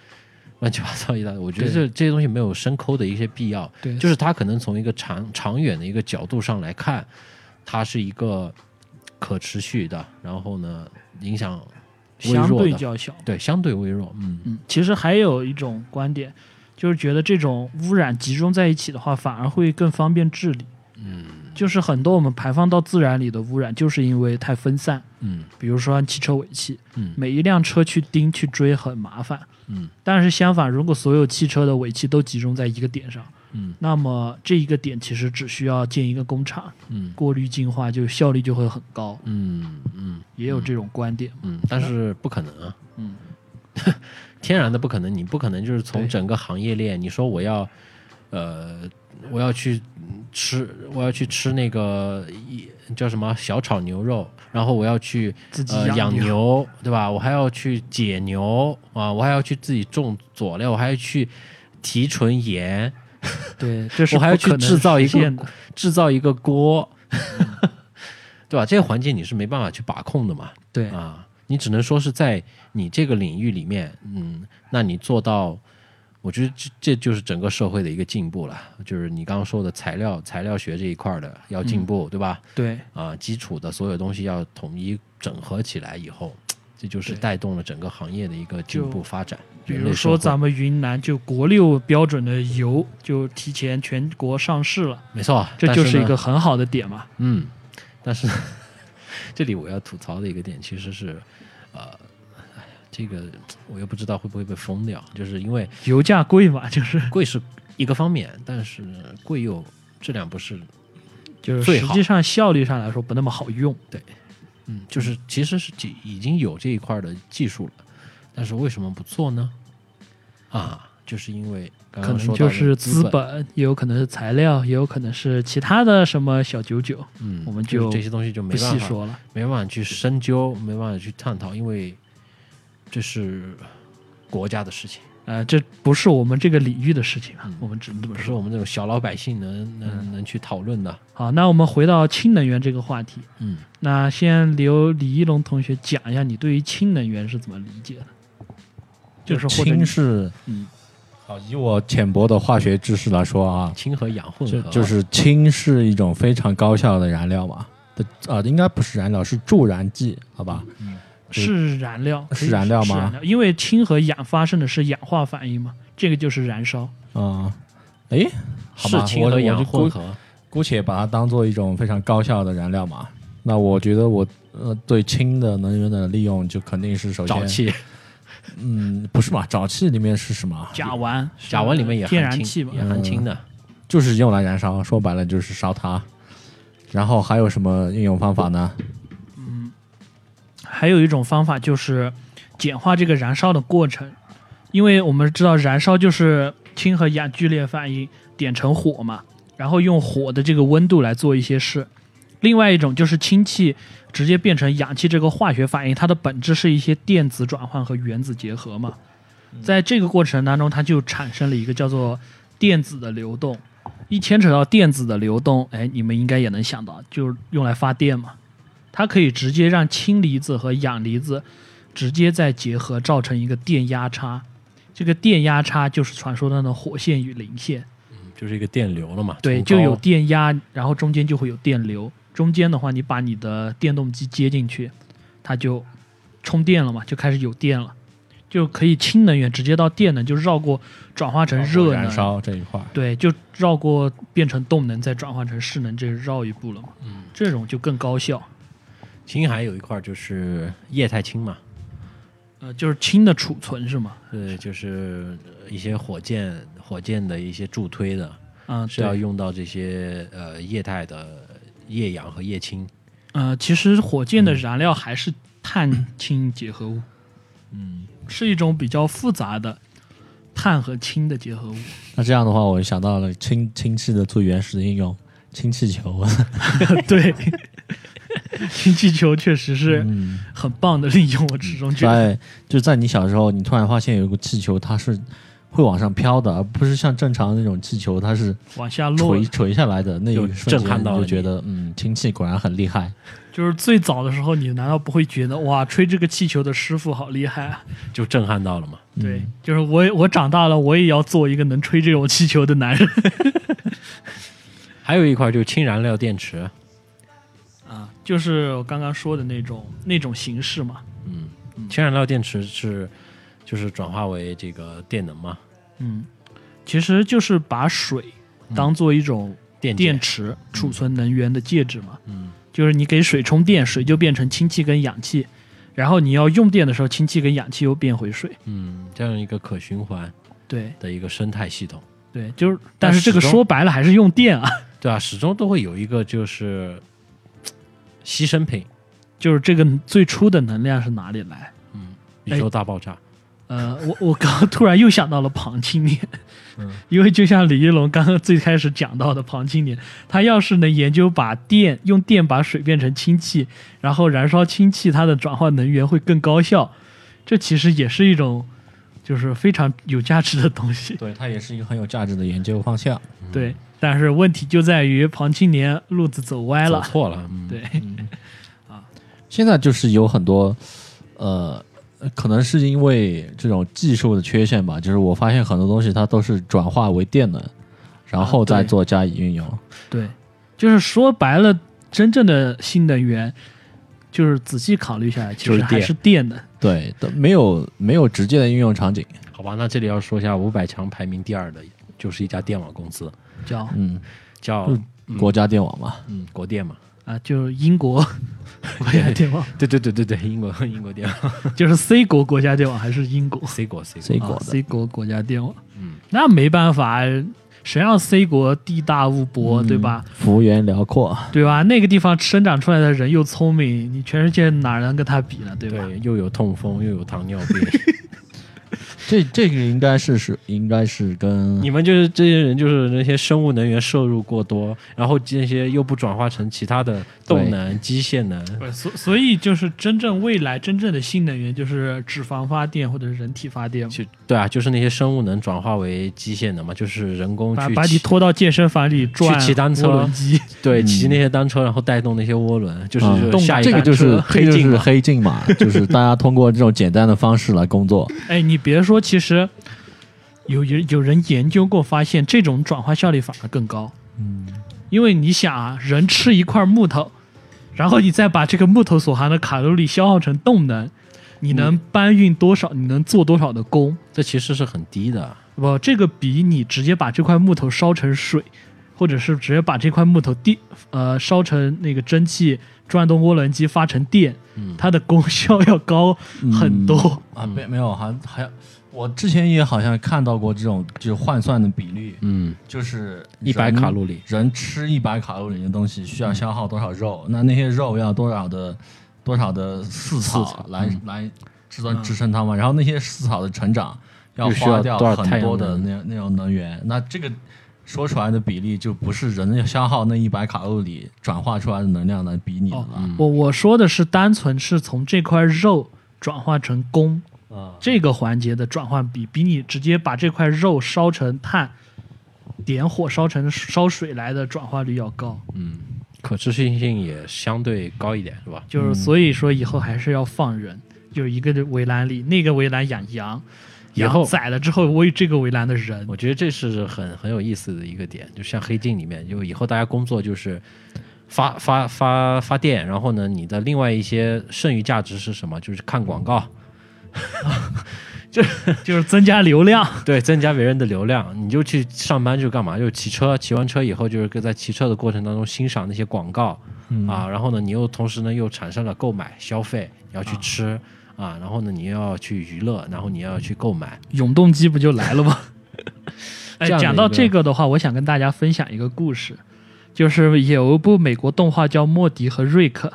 乱七八糟一大堆。我觉得这这些东西没有深抠的一些必要。对就是它可能从一个长长远的一个角度上来看，它是一个可持续的，然后呢，影响微相弱对的，较小。对，相对微弱。嗯嗯，其实还有一种观点，就是觉得这种污染集中在一起的话，反而会更方便治理。嗯，就是很多我们排放到自然里的污染，就是因为太分散。嗯比如说汽车尾气，嗯每一辆车去盯去追很麻烦。嗯，但是相反，如果所有汽车的尾气都集中在一个点上，嗯，那么这一个点其实只需要建一个工厂，嗯过滤净化就效率就会很高。嗯嗯也有这种观点。嗯，但是不可能啊。嗯， 天然的不可能，你不可能就是从对整个行业链，你说我要，呃，我要去嗯吃，我要去吃那个一叫什么小炒牛肉，然后我要去自己呃养养牛牛，对吧？我还要去解牛啊，我还要去自己种佐料，我还要去提纯盐， 对，这是我还要不去可能制造一实个现的。制造一个锅，嗯 对吧？这些环节你是没办法去把控的嘛，对，啊，你只能说是在你这个领域里面，嗯，那你做到，我觉得这这就是整个社会的一个进步了，就是你刚刚说的材料材料学这一块儿的要嗯进步，对吧？对，啊，基础的所有东西要统一整合起来以后，这就是对带动了整个行业的一个进步发展。比人如类说社会咱们云南就国六标准的油就提前全国上市了，没错，啊这但就是是一呢个很好的点嘛。嗯，但是 这里我要吐槽的一个点其实是，呃，哎呀这个我又不知道会不会被封掉，就是因为。油价贵嘛，就是贵是一个方面，但是贵又质量不是，就 是最实好际上效率上来说不那么好用。嗯，就是其实是已已经有这一块的技术了，但是为什么不做呢？啊，就是因为刚可刚能呃说就到的是资资本，也有可能是材料，也有可能是其他的什么小九九，嗯，我们就是就这些东西就没不办细法，说了。没办法去深究，没办法去探讨，因为这是国家的事情，呃，这不是我们这个领域的事情啊嗯，我们只能这么不是说。我们这种小老百姓能嗯能能去讨论的。好，那我们回到氢能源这个话题。嗯，那先留李一龙同学讲一下你对于氢能源是怎么理解的，就是或者你氢是，嗯好，以我浅薄的化学知识来说啊，氢和氧混就合就是氢是一种非常高效的燃料嘛。的啊、应该不是燃料，是助燃剂，好吧？嗯是燃料，可以是燃料吗是燃料，因为氢和氧发生的是氧化反应嘛，这个就是燃烧。啊、诶，哎，好是吧，氢我和我氧就混姑合，姑且把它当做一种非常高效的燃料嘛。那我觉得我呃对氢的能源的利用，就肯定是哦首先沼，气嗯，不是嘛？沼气里面是什么？甲烷， 甲烷里面也嗯天含然气氢，嘛嗯也，含氢的。就是用来燃烧，说白了就是烧它。然后还有什么应用方法呢？还有一种方法就是简化这个燃烧的过程，因为我们知道燃烧就是氢和氧剧烈反应点成火嘛，然后用火的这个温度来做一些事。另外一种就是氢气直接变成氧气这个化学反应，它的本质是一些电子转换和原子结合嘛。在这个过程当中，它就产生了一个叫做电子的流动。一牵扯到电子的流动，哎，你们应该也能想到，就是用来发电嘛。它可以直接让氢离子和氧离子直接再结合，造成一个电压差。这个电压差就是传说中的火线与零线。嗯就是一个电流了嘛，对，从就高有电压，然后中间就会有电流。中间的话，你把你的电动机接进去，它就充电了嘛，就开始有电了，就可以氢能源直接到电能，就绕过转化成热燃能，烧这一块儿，对，就绕过变成动能，再转换成势能，这绕一步了嘛。嗯，这种就更高效。青海有一块就是液态氢嘛，呃，就是氢的储存是吗？对，就是呃一些火箭火箭的一些助推的，啊、是要对用到这些呃液态的液氧和液氢。呃，其实火箭的燃料还是碳氢结合物，嗯，是一种比较复杂的碳和氢的结 合物。那这样的话，我想到了氢氢气的最原始的应用，氢气 球。对，氢气球确实是嗯，哎很棒的利用，我始终觉得。在就在你小时候，你突然发现有一个气球，它是会往上飘的，而不是像正常那种气球，它是往下落垂，垂下来的。那一就瞬震撼间到你就了觉你得，嗯，氢气果然很厉害。就是最早的时候，你难道不会觉得哇，吹这个气球的师傅好厉害啊？就震撼到了嘛。嗯对，就是我也，我长大了，我也要做一个能吹这种气球的男人还有一块就是氢燃料电池，啊！ 就是我刚刚说的那种那种形式嘛。嗯，氢燃料电池是就是转化为这个电能嘛，嗯，其实就是把水当做一种嗯电解电池储存能源的介质嘛。嗯，就是你给水充电，水就变成氢气跟氧气，然后你要用电的时候，氢气跟氧气又变回水。嗯，这样一个可循环对的一个生态系统，对，就是，但但是这个始终说白了还是用电啊，对吧？始终都会有一个就是嘖牺牲品，就是这个最初的能量是哪里来？宇宙大爆炸，呃，我我刚突然又想到了庞青年，嗯 因为就像李一龙刚刚最开始讲到的庞青年，他要是能研究把电用电把水变成氢气，然后燃烧氢气，它的转换能源会更高效，这其实也是一种就是非常有价值的东西。对，它也是一个很有价值的研究方向。对，但是问题就在于庞青年路子走歪走了。错了，嗯，对，现在就是有很多，呃，可能是因为这种技术的缺陷吧，就是我发现很多东西它都是转化为电能，然后啊对再做加以运用。对，就是说白了，真正的新能源，就是仔细考虑下来，其就实是还电是电的。对，都没有没有直接的应用场景。好吧，那这里要说一下五百强排名第二的就是一家电网公司，叫嗯，叫嗯国家电网嘛，嗯国电嘛，啊，就是英 国国家电网，对对对对对，英国英国电网就是 C 国国家电网还是英国 C 国 C 国 C 国啊的 C 国国家电网？嗯，那没办法，谁让 C 国地大物博，嗯对吧？幅员辽阔。对吧？那个地方生长出来的人又聪明，你全世界哪能跟他比呢？对吧？对，又有痛风，又有糖尿病， 这这个应该是是应该是跟你们就是这些人，就是那些生物能源摄入过多，然后这些又不转化成其他的动能、机械能，对，所所以就是真正未来真正的新能源就是脂肪发电或者是人体发电嘛，就对啊，就是那些生物能转化为机械能嘛，就是人工把去把你骑拖到健身房里转骑单车涡 轮机，对嗯骑那些单车，然后带动那些涡轮，就是嗯就是动下一这个代就是黑镜这就是嘛，黑镜嘛，就是大家通过这种简单的方式来工作。哎，你别说，其实有有有人研究过，发现这种转化效率反而更高。嗯，因为你想啊，人吃一块木头，然后你再把这个木头所含的卡路里消耗成动能，你能搬运多少？你能做多少的工？这其实是很低的，不，这个比你直接把这块木头烧成水，或者是直接把这块木头电呃烧成那个蒸汽，转动涡轮机发成电，它的功效要高很多。啊，嗯没没有，好像还有我之前也好像看到过这种就是换算的比率，嗯，就是一百人卡路里，嗯人吃一百卡路里的东西需要消耗多少肉，那那些肉要多少的多少的饲草来、嗯来支撑支撑它们，然后那些饲草的成长要又需要花掉多少很太阳多的能那那种能源，那这个说出来的比例就不是人消耗那一百卡路里转化出来的能量来比拟的了。嗯我我说的是单纯是从这块肉转化成功啊这个环节的转换比，比你直接把这块肉烧成炭，点火烧成烧水来的转化率要高。可持续性也相对高一点，是吧？就是所以说以后还是要放人，就是一个围栏里，那个围栏养羊，以后羊宰了之后喂这个围栏的人。我觉得这是很很有意思的一个点，就像黑镜里面，就以后大家工作就是发发发发电，然后呢，你的另外一些剩余价值是什么？就是看广告，就是增加流 量。对，增加别人的流量，你就去上班就干嘛？就骑车，骑完车以后就是在骑车的过程当中欣赏那些广告、啊，然后呢，你又同时呢又产生了购买消费，你要去吃啊然后呢你又要去娱乐，然后你又要去购买，永动机不就来了吗？ 哎，这样的讲一到个这个的话，我想跟大家分享一个故事，就是有一部美国动画叫《莫迪和瑞克》，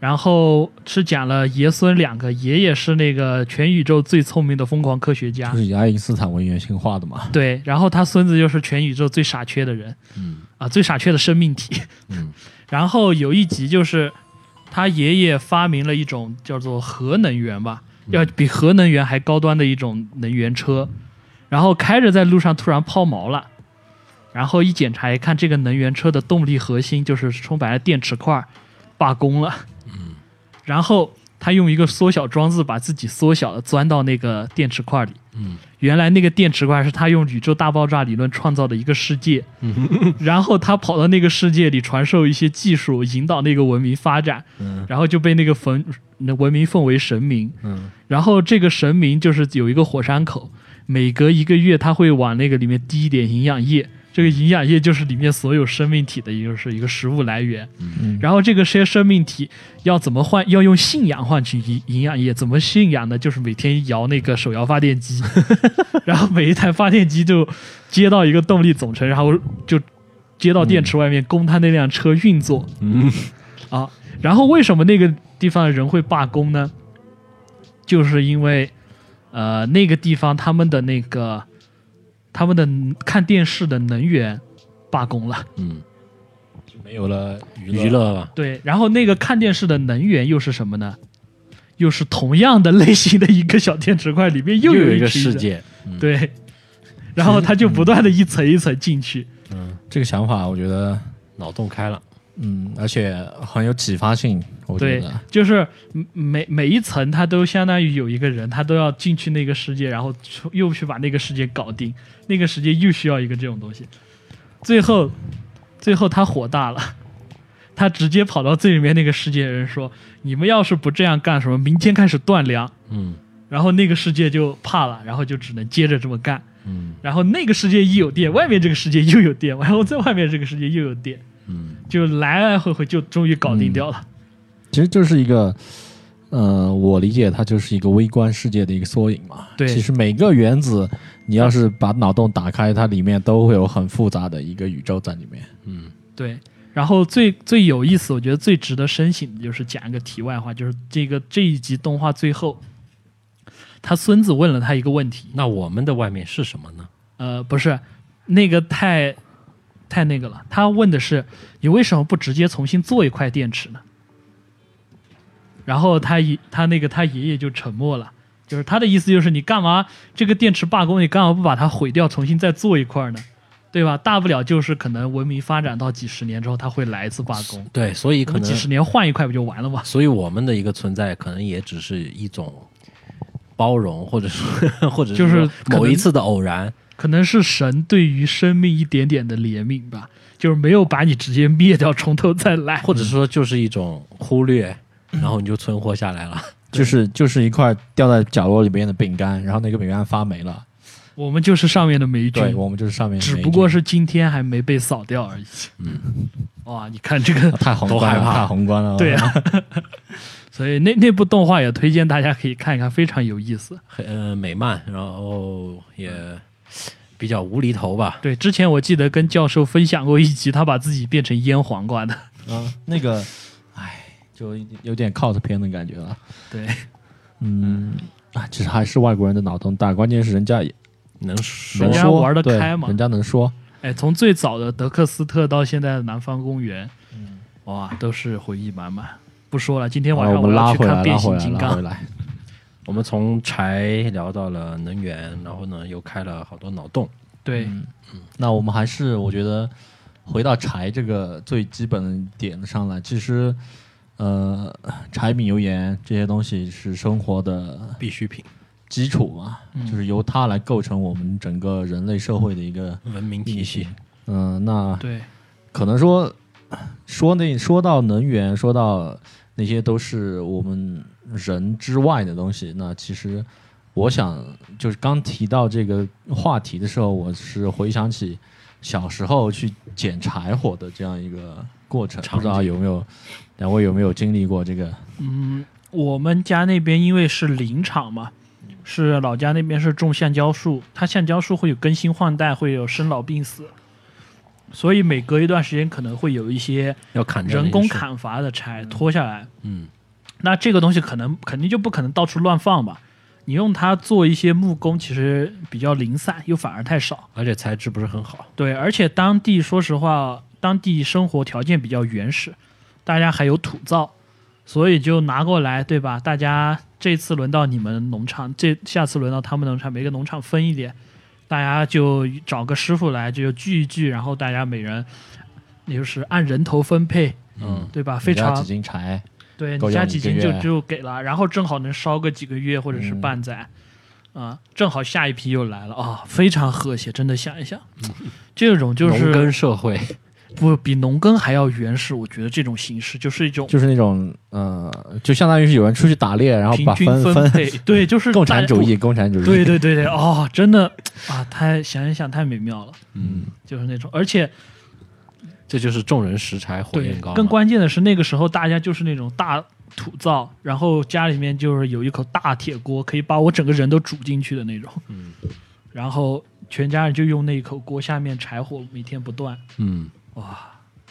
然后是讲了爷孙两个，爷爷是那个全宇宙最聪明的疯狂科学家就，是以爱因斯坦为原型画的嘛，对，然后他孙子又是全宇宙最傻缺的人，嗯啊，最傻缺的生命体。嗯， 然后有一集就是他爷爷发明了一种叫做核能源吧，嗯要比核能源还高端的一种能源车，然后开着在路上突然抛锚了。然后一检查一看，这个能源车的动力核心就是充满了电池块儿，罢工了。嗯然后他用一个缩小装置把自己缩小了，钻到那个电池块里。原来那个电池块是他用宇宙大爆炸理论创造的一个世界，然后他跑到那个世界里传授一些技术，引导那个文明发展，然后就被那个坟那文明奉为神明，然后这个神明就是有一个火山口，每隔一个月他会往那个里面滴一点营养液。这个营养液就是里面所有生命体的，也就是一个食物来源。然后这个些生命体要怎么换？要用信仰换取营营养液？怎么信仰呢？就是每天摇那个手摇发电机，然后每一台发电机就接到一个动力总成，然后就接到电池外面供他那辆车运作。啊，然后为什么那个地方的人会罢工呢？就是因为呃，那个地方他们的那个他们的看电视的能源罢工了。没有了娱娱乐吧，对，然后那个看电视的能源又是什么呢？又是同样的类型的一个小电池块，里面又有一一个群世人，界，对，然后它就不断的一层一层进去。这个想法，我觉得，脑洞开了，嗯，而且很有启发性。我觉对得，，就是每每一层它都相当于有一个人，他都要进去那个世界，然后出又去把那个世界搞定，那个世界又需要一个这种东西。最后，最后他火大了，他直接跑到最里面那个世界的人说：“你们要是不这样干，什么明天开始断粮。”嗯然后那个世界就怕了，然后就只能接着这么干。嗯然后那个世界一有电，外面这个世界又有电，然后在外面这个世界又有电，嗯，就来来回回就终于搞定掉了。其实就是一个，呃，我理解它就是一个微观世界的一个缩影嘛。对其实每个原子，你要是把脑洞打开，它里面都会有很复杂的一个宇宙在里面。对，然后最最有意思，我觉得最值得深省的就是讲一个题外话，就是这个这一集动画最后，他孙子问了他一个问题，那我们的外面是什么呢？呃，不是，那个太太那个了。他问的是你为什么不直接重新做一块电池呢？然后他爷他那个他爷爷就沉默了，就是他的意思就是你干嘛这个电池罢工，你干嘛不把它毁掉，重新再做一块呢？对吧？大不了就是可能文明发展到几十年之后，它会来一次罢工，对，所以我可们能几十年换一块不就完了吗？所以我们的一个存在，可能也只是一种包容，或者是 或者就是说可能某一次的偶然。可能是神对于生命一点点的怜悯吧，就是没有把你直接灭掉，从头再来，或者说就是一种忽略，然后你就存活下来了。 就是就是一块掉在角落里面的饼干，然后那个饼干发霉了，我们就是上面的霉对菌，我们就是上面的只霉不过菌是今天还没被扫掉而已。嗯， 哇，你看这 个，太宏都观害了，怕太宏观了。对啊， 所以那那部动画也推荐大家可以看一看，非常有意思。很呃美漫，然后也比较无厘头吧。对，之前我记得跟教授分享过一集，他把自己变成腌黄瓜的。啊，那个，唉，就有点 cult 片的感觉了。对，嗯，啊，其实还是外国人的脑洞大，关键是人家也能能说人家说玩得对开嘛人家能说。哎，从最早的德克斯特到现在的南方公园，嗯哇，都是回忆满满。不说了，今天好晚哦上啊我们要拉去回看来，拉变回形来，金拉回刚。来。我们从柴聊到了能源，然后呢又开了好多脑洞。对，嗯 那我们还是我觉得回到柴这个最基本的点上来，其实呃，柴米油盐这些东西是生活的必需品，基础嘛，就是由它来构成我们整个人类社会的一个文明体系。嗯、那对，可能说说那说到能源，说到那些都是我们人之外的东西。那其实我想，就是刚提到这个话题的时候，我是回想起小时候去捡柴火的这样一个过程，不知道有没有两位有没有经历过这个？嗯，我们家那边因为是林场嘛，嗯是老家那边是种橡胶树，它橡胶树会有更新换代，会有生老病死，所以每隔一段时间可能会有一些要砍掉人工那些树，砍伐的柴拖下来。嗯，那这个东西可能肯定就不可能到处乱放吧？你用它做一些木工，其实比较零散，又反而太少。而且材质不是很好。对，而且当地说实话，当地生活条件比较原始，大家还有土灶，所以就拿过来，对吧？大家这次轮到你们农场，这下次轮到他们农场，每个农场分一点，大家就找个师傅来，就聚一聚，然后大家每人也就是按人头分配，嗯，对吧？非你家常几斤柴？对，够你加用几一个斤就月就给了，然后正好能烧个几个月或者是嗯半载，啊、正好下一批又来了啊、非常和谐，真的想一想，嗯 这种就农是耕社会，不比农耕还要原始，我觉得这种形式就是一种就是那种呃，就相当于是有人出去打猎，然后平把均分分配，对，就是共大产家主义，共产主义。对对对对，哦，真的啊，太想一想太美妙了，嗯，就是那种，而且这就是众人拾柴火对焰高嘛。更关键的是那个时候大家就是那种大土灶，然后家里面就是有一口大铁锅，可以把我整个人都煮进去的那种。嗯，然后全家人就用那一口锅，下面柴火每天不断，嗯，哇，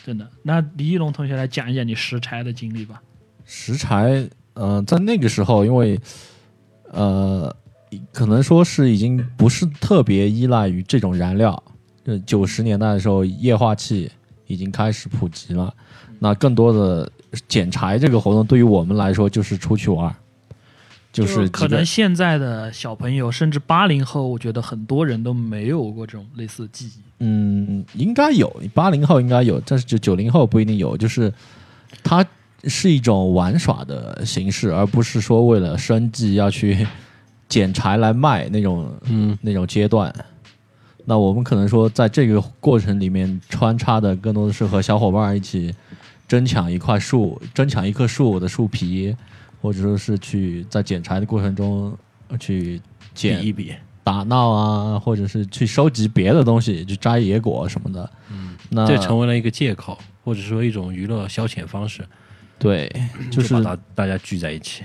真的。那李一龙同学来讲一讲你拾柴的经历吧。石柴，呃，在那个时候，因为呃，可能说是已经不是特别依赖于这种燃料。呃，九十年代的时候，液化气已经开始普及了，那更多的捡柴这个活动对于我们来说就是出去玩儿，就是可几个能现在的小朋友，甚至八零后，我觉得很多人都没有过这种类似的记忆。嗯，应该有，八零后应该有，但是就九零后不一定有。就是它是一种玩耍的形式，而不是说为了生计要去捡柴来卖那种，嗯，那种阶段。那我们可能说，在这个过程里面穿插的更多的是和小伙伴一起争抢一块树，争抢一棵树的树皮，或者说是去在捡柴的过程中呃去比捡一比，打闹啊，或者是去收集别的东西，去摘野果什么的。嗯，那这成为了一个借口，或者说一种娱乐消遣方式，对，就是把大大家聚在一起。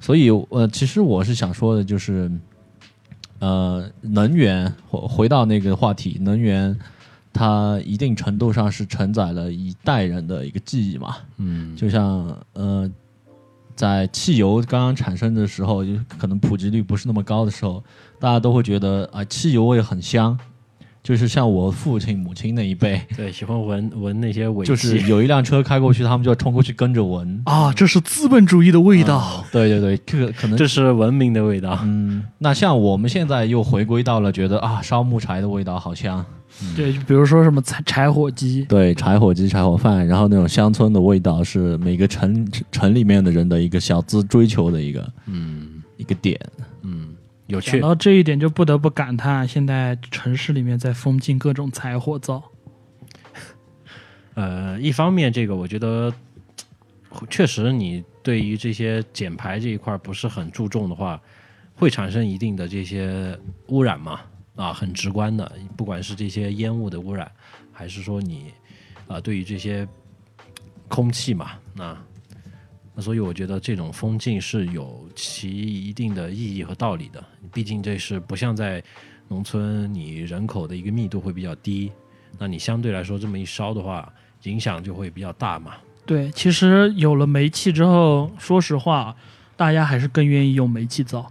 所以呃，其实我是想说的，就是呃，能源回回到那个话题，能源它一定程度上是承载了一代人的一个记忆嘛。嗯，就像呃，在汽油刚刚产生的时候，就可能普及率不是那么高的时候，大家都会觉得啊、汽油味很香。就是像我父亲、母亲那一辈，对，喜欢闻闻那些尾气，就是有一辆车开过去，他们就要冲过去跟着闻。啊，这是资本主义的味道。 对对对，这个可能这是文明的味道。嗯，那像我们现在又回归到了觉得啊，烧木柴的味道好香。对，比如说什么柴柴火鸡，对，柴火鸡、柴火饭，然后那种乡村的味道是每个城城里面的人的一个小资追求的一个嗯一个点。嗯，有讲趣。到这一点，就不得不感叹，啊现在城市里面在封禁各种柴火灶。呃，一方面，这个我觉得嘖确实你对于这些减排这一块不是很注重的话，会产生一定的这些污染嘛？啊，很直观的，不管是这些烟雾的污染，还是说你啊、对于这些嘖空气嘛，啊那那所以我觉得这种封禁是有其一定的意义和道理的，毕竟这是不像在农村，你人口的一个密度会比较低，那你相对来说这么一烧的话，影响就会比较大嘛。对，其实有了煤气之后，说实话，啊大家还是更愿意用煤气灶。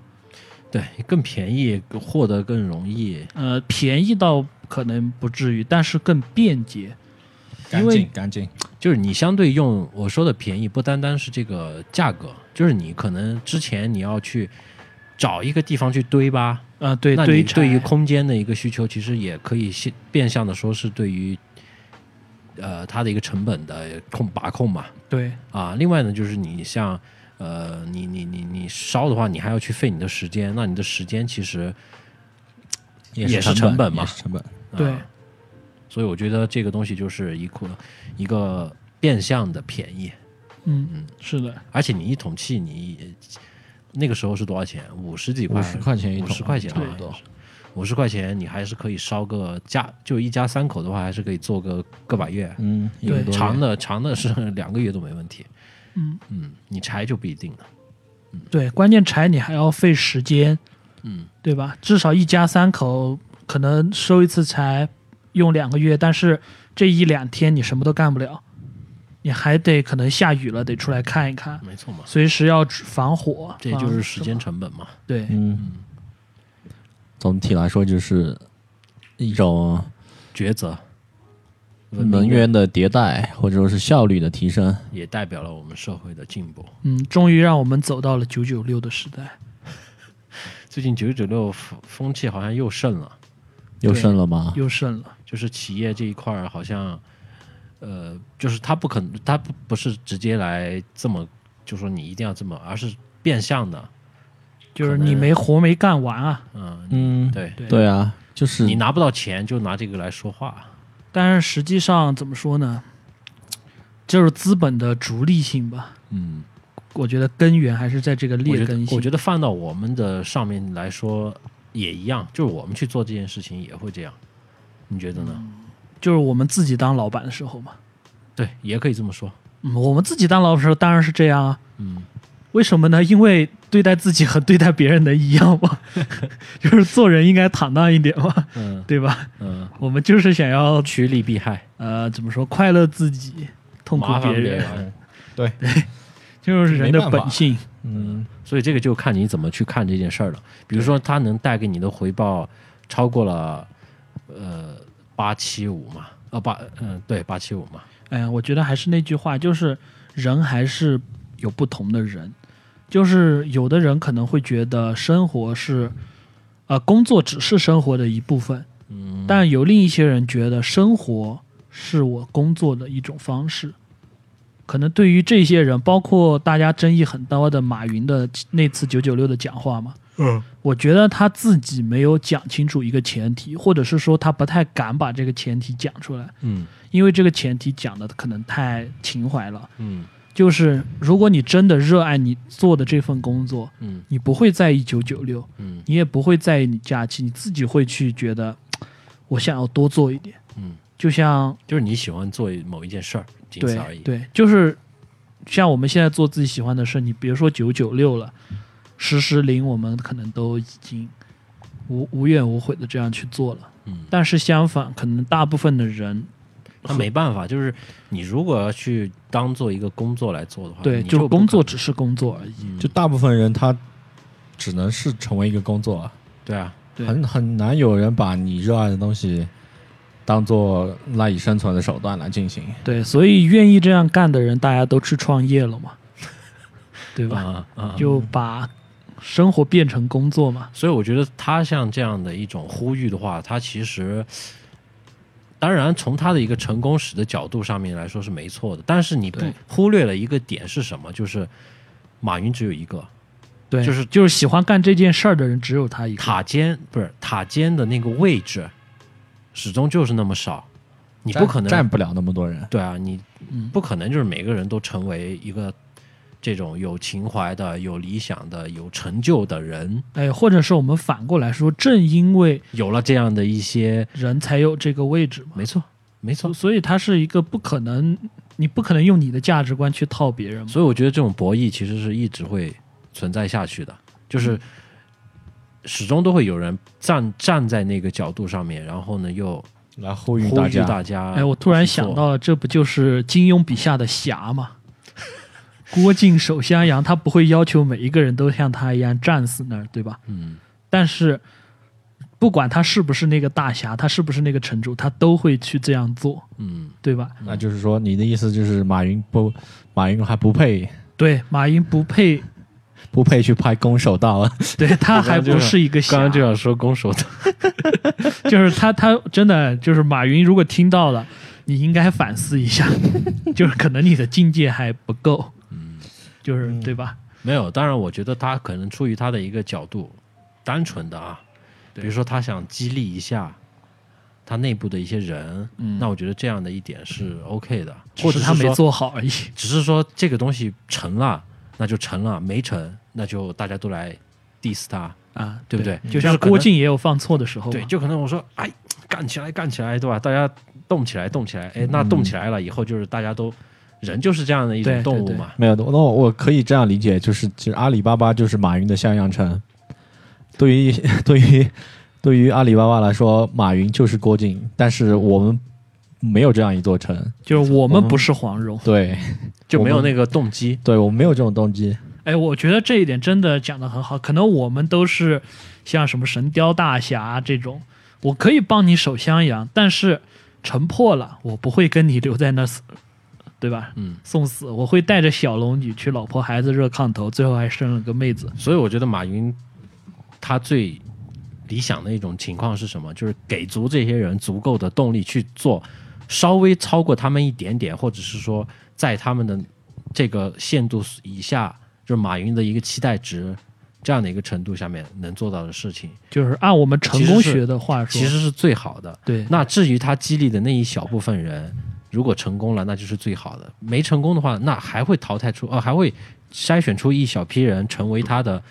对，更便宜，获得更容易。呃，便宜到可能不至于，但是更便捷。因干为净干净，就是你相对用我说的便宜，不单单是这个价格，就是你可能之前你要去找一个地方去堆吧，啊，对，那对你于对于柴空间的一个需求，其实也可以现变相的说是对于呃它的一个成本的控把控嘛对啊。另外呢，就是你像呃你你你你烧的话，你还要去费你的时间，那你的时间其实也是是成本本嘛也是成本。对啊所以我觉得这个东西就是一个一个变相的便宜，嗯，是的，而且你一桶气你那个时候是多少钱？五十几块， 50块钱一桶五十块钱差不啊多。五十块钱你还是可以烧个家，就一家三口的话，还是可以做个个把月，嗯，一个对多月长的长的是两个月都没问题。嗯嗯，你柴就不一定了。对，关键柴你还要费时间，嗯，对吧？至少一家三口可能收一次柴用两个月，但是这一两天你什么都干不了，你还得可能下雨了得出来看一看，没错嘛，随时要防火，这就防是时间成本嘛。对，嗯，总体来说就是一种抉择能源的迭代，或者说是效率的提升。也代表了我们社会的进步。嗯，终于让我们走到了九九六的时代，最近九九六风风气好像又盛了，又升了吗？又胜了，就是企业这一块儿好像，呃，就是他不肯，他不不是直接来这么就说你一定要这么，而是变相的，就是可能你没活没干完啊，嗯，嗯，对，对对啊，就是你拿不到钱就拿这个来说话，但是实际上怎么说呢？就是资本的逐利性吧，嗯。我觉得根源还是在这个我劣觉根得性。我觉得放到我们的上面来说也一样，就是我们去做这件事情也会这样，你觉得呢？就是我们自己当老板的时候嘛。对，也可以这么说。嗯，我们自己当老板的时候当然是这样啊。嗯，为什么呢？因为对待自己和对待别人的一 样嘛，就是做人应该坦荡一点嘛，嗯对吧？嗯，我们就是想要趋利避害，呃，怎么说，快乐自己，痛苦麻烦别别人，人。就是人的没办法本性。嗯，所以这个就看你怎么去看这件事儿了。比如说，它能带给你的回报超过了呃八七五嘛，呃八嗯对八七五嘛，哎呀，我觉得还是那句话，就是人还是有不同的人，就是有的人可能会觉得生活是，呃，工作只是生活的一部分，嗯，但有另一些人觉得生活是我工作的一种方式。可能对于这些人，包括大家争议很多的马云的那次九九六的讲话嘛，嗯，我觉得他自己没有讲清楚一个前提，或者是说他不太敢把这个前提讲出来。嗯因为这个前提讲的可能太情怀了。嗯就是如果你真的热爱你做的这份工作，嗯你不会在意九九六，嗯你也不会在意你假期，你自己会去觉得，我想要多做一点。嗯，就像就是你喜欢做某一件事儿，仅此而对已。对，就是像我们现在做自己喜欢的事，你别说九九六了，十时零我们可能都已经无无怨无悔的这样去做了。嗯但是相反，可能大部分的人他没办法，就是你如果要去当做一个工作来做的话，对，哦你就不可嗯工作只是工作而已。就大部分人他只能是成为一个工作啊，对啊，对很很难有人把你热爱的东西当做赖以生存的手段来进行。对，所以愿意这样干的人，大家都去创业 了嘛，对吧？啊啊，就把生活变成工作嘛。所以我觉得他像这样的一种呼吁的话，他其实，当然从他的一个成功史的角度上面来说是没错的，但是你不对忽略了一个点是什么？就是马云只有一个，对，就是就是喜欢干这件事儿的人只有他一个。塔尖不是塔尖的那个位置，始终就是那么少，你你不可能占不了那么多人。对啊，你嗯不可能就是每个人都成为一个这种有情怀的、有理想的、有成就的人。哎，或者是我们反过来说，正因为有了这样的一些，人才有这个位置嘛，没错，没错所。所以它是一个不可能，你不可能用你的价值观去套别人嘛。所以我觉得这种博弈其实是一直会存在下去的，就是始终都会有人站站在那个角度上面，然后呢又来呼吁呼大吁家，大家。哎，我突然想，到了，这不就是金庸笔下的侠吗？ 郭靖守襄阳，他不会要求每一个人都像他一样战死那儿，对吧？嗯，但是不管他是不是那个大侠，他是不是那个城主，他都会去这样做，嗯，对吧？那就是说，你的意思就是马云不，马云还不配对，马云不配，不配去拍攻守道啊？ 对他还就不是一个侠，刚刚就想说攻守的， 就是他，他真的就是马云，如果听到了，你应该反思一下， 就是可能你的境界还不够，就是嗯对吧？ 没有。当然，我觉得他可能出于他的一个角度，单纯的啊，比如说他想激励一下他内部的一些人，嗯那我觉得这样的一点是 OK 的，只或嗯是者他是没说做好而已。只是说这个东西成了，那就成了；没成，那就大家都来 diss 他，啊，对不对就就像是可能郭靖也有犯错的时候嘛，对，就可能我说，哎，干起来，干起来，对吧？大家动起来，动起来，嗯哎，那动起来了以后，就是大家都人就是这样的一对种对动物对嘛，没有，那我我可以这样理解，就是其实阿里巴巴就是马云的像样城。对于 对于对于阿里巴巴来说，马云就是郭靖，但是我们没有这样一座城，就是我我们们不是黄蓉。对就没我有们那个动机。对，我们没有这种动机。哎，我觉得这一点真的讲得很好。可能我们都是像什么神雕大侠这种，我可以帮你守襄阳，但是城破了，我不会跟你留在那儿死，对吧？嗯，送死，我会带着小龙女去老婆孩子热炕头，最后还生了个妹子。所以我觉得马云他最理想的一种情况是什么？就是给足这些人足够的动力去做，稍微超过他们一点点，或者是说在他们的这个限度以下，就是马云的一个期待值这样的一个程度下面能做到的事情，就是按我们成功学的话说，其实是最好的。对那至于他激励的那一小部分人，如果成功了，那就是最好的；没成功的话，那还会淘汰出，呃，还会筛选出一小批人成为他的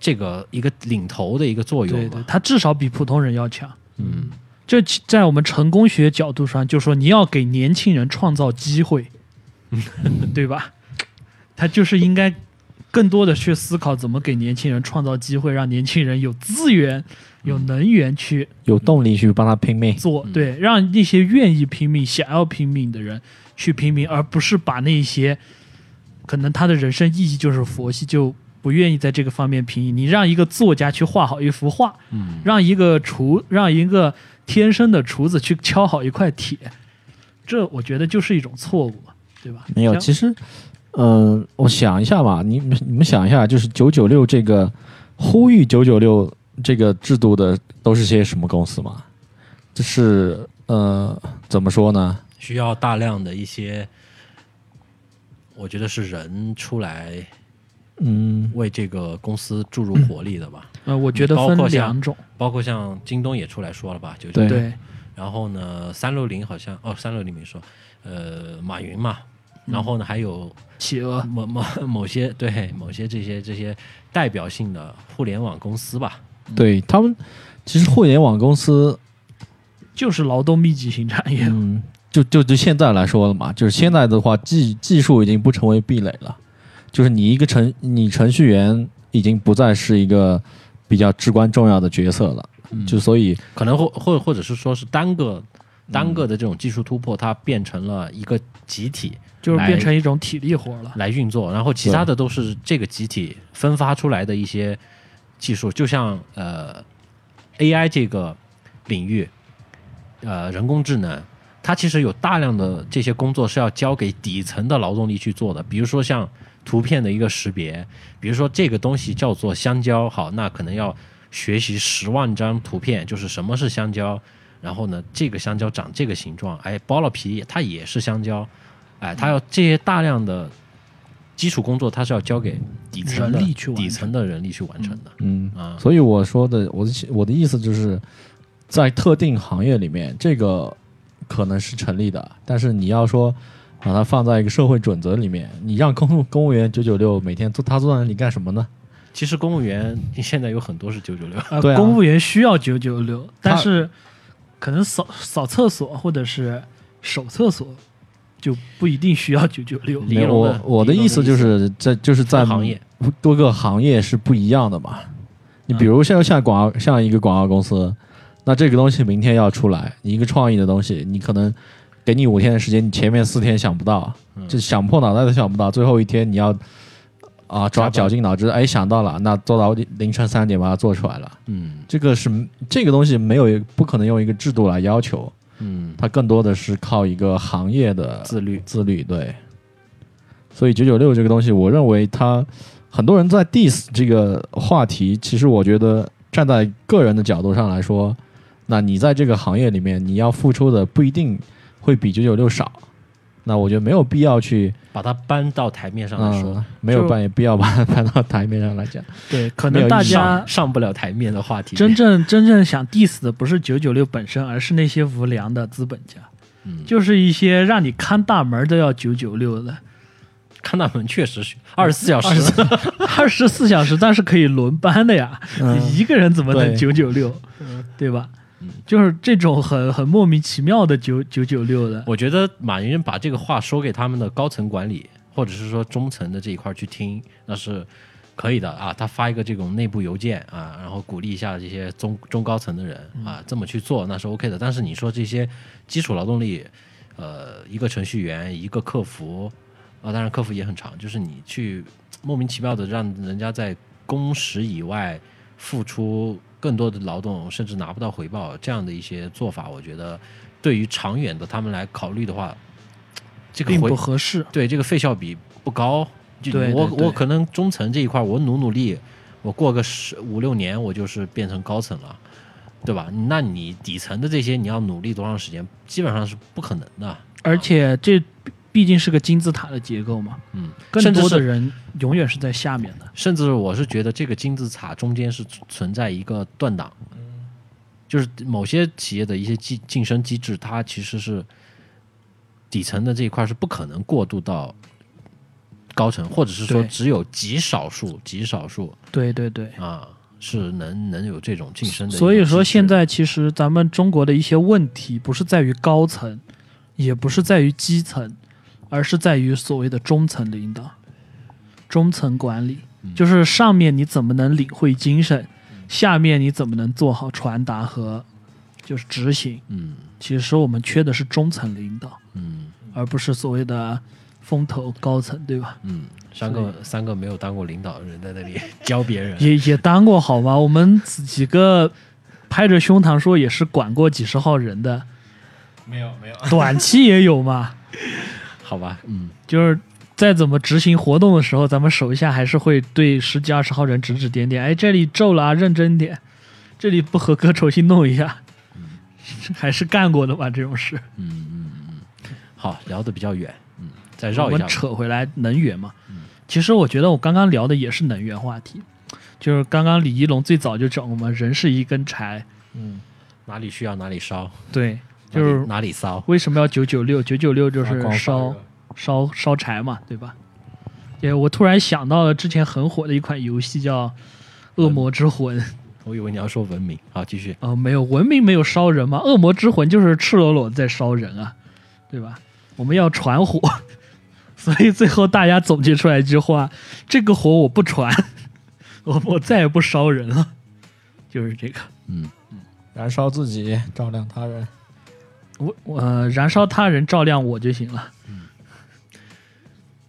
这个一个领头的一个作用对嘛。对，他至少比普通人要强。嗯，这其在我们成功学角度上，就说你要给年轻人创造机会，对吧？他就是应该更多的去思考怎么给年轻人创造机会，让年轻人有资源、有能源去有动力去帮他拼命。做，嗯对，让那些愿意拼命、想要拼命的人去拼命，而不是把那些可能他的人生意义就是佛系，就不愿意在这个方面拼。你让一个作家去画好一幅画，嗯，让一个厨，让一个天生的厨子去敲好一块铁，这我觉得就是一种错误嘛，对吧？没有，像其实，嗯、我想一下吧，你们你们想一下，就是九九六这个呼吁九九六这个制度的都是些什么公司嘛？就是呃，怎么说呢？需要大量的一些，我觉得是人出来嗯，为这个公司注入活力的吧。呃，我觉得包分括像两种，包括像京东也出来说了吧，就对对然后呢，三六零好像哦，三六零没说，呃，马云嘛，然后呢还有企鹅，某某某些对某些这些这些代表性的互联网公司吧，对他们，其实互联网公司，就是劳动密集型产业，嗯，就就就现在来说了嘛，就是现在的话，技技术已经不成为壁垒了，就是你一个程你程序员已经不再是一个比较至关重要的角色了，就所以。可能或或或者是说是单个单个的这种技术突破，它变成了一个集体就是来变成一种体力活了。来运作，然后其他的都是这个集体分发出来的一些技术，就像呃 AI 这个领域，呃人工智能，它其实有大量的这些工作是要交给底层的劳动力去做的，比如说像图片的一个识别，比如说这个东西叫做香蕉，好，那可能要学习十万张图片，就是什么是香蕉。然后呢，这个香蕉长这个形状，哎，剥了皮它也是香蕉，哎，它要这些大量的基础工作，它是要交给底层的人力去完成底层的人力去完成的。嗯啊所以我说的，我的我的意思就是，在特定行业里面，这个可能是成立的，但是你要说把它放在一个社会准则里面，你让公务公务员九九六每天坐他坐在那里干什么呢？其实公务员现在有很多是九九六，呃，对啊公务员需要九九六，但他是可能扫扫厕所或者是守厕所就不一定需要九九六。李没有龙我的我的李龙意思的就意思是在就是在行业多个行业是不一样的嘛。你嗯比如像像广告像一个广告公司，那这个东西明天要出来，你一个创意的东西，你可能给你嗯五天的时间，你前面四天想不到，就想破脑袋都想不到，最后一天你要啊，抓绞尽脑汁，哎，想到了，那做到凌晨三点把它做出来了。嗯这个是这个东西没有不可能用一个制度来要求，嗯，它更多的是靠一个行业的自律，自律，对。所以九九六这个东西，我认为它很多人在 diss 这个话题，其实我觉得站在个人的角度上来说，那你在这个行业里面，你要付出的不一定会比九九六少。那我觉得没有必要去，把它搬到台面上来说，嗯，没有就办必要把它搬到台面上来讲。对，可没有能大意义家上不了台面的话题。真正真正想 diss 的不是九九六本身，而是那些无良的资本家，嗯就是一些让你看大门都要九九六的，看大门确实是二十四小时，二十四小时，但是可以轮班的呀，你一个人怎么能九嗯对嗯九六，对吧？就是这种很很莫名其妙的九九九六嗯的，我觉得马云把这个话说给他们的高层管理，或者是说中层的这一块儿去听，那是可以的啊。他发一个这种内部邮件啊，然后鼓励一下这些中中高层的人啊，这么去做那是 OK 的。但是你说这些基础劳动力，呃，一个程序员，一个客服，啊，当然客服也很长，就是你去莫名其妙的让人家在工时以外付出更多的劳动，甚至拿不到回报，这样的一些做法，我觉得对于长远的他们来考虑的话，这个并回不合适。对这个费效比不高。就对我对对我可能中层这一块，我努努力，我过个十五六年，我就是变成高层了，对吧？那你底层的这些，你要努力多长时间，基本上是不可能的。而且这毕竟是个金字塔的结构嘛，嗯，更甚至多是的人永远是在下面的。甚至我是觉得这个金字塔中间是存在一个断档，就是某些企业的一些晋晋升机制，它其实是底层的这一块是不可能过渡到高层，或者是说对只有极少数、极少数对对对，啊是能能有这种晋升的一个机制。所以说现在其实咱们中国的一些问题不是在于高层，也不是在于基层，而是在于所谓的中层领导、中层管理，嗯就是上面你怎么能领会精神，下面你怎么能做好传达和就是执行。嗯其实我们缺的是中层领导，嗯而不是所谓的风投高层，对吧？嗯，三个三个没有当过领导的人在那里 教别人， 也也当过好吗？我们几个拍着胸膛说也是管过几十号人的，没有没有，短期也有嘛。好吧？嗯就是再怎么执行活动的时候，咱们手下还是会对十几二十号人指指点点，哎，这里皱了啊，认真点，这里不合格重新弄一下， 还是干过的吧这种事。嗯嗯嗯，好，聊得比较远，嗯，再我绕一们下吧。扯回来能源嘛。其实我觉得我刚刚聊的也是能源话题，就是刚刚李一龙最早就讲过嘛，人是一根柴，嗯，哪里需要哪里烧，对，哪就里是哪里骚。为什么要九九六？九九六就是光烧烧烧柴嘛，对吧？也我突然想到了之前很火的一款游戏叫《恶魔之魂》我以为你要说文明，好，继续。啊、没有文明没有烧人嘛，《恶魔之魂》就是赤裸裸在烧人啊，对吧？我们要传火， 所以最后大家总结出来一句话：这个火我不传， 我我再也不烧人了，就是这个。燃烧自己，照亮他人。我我、呃燃烧他人，照亮我就行了。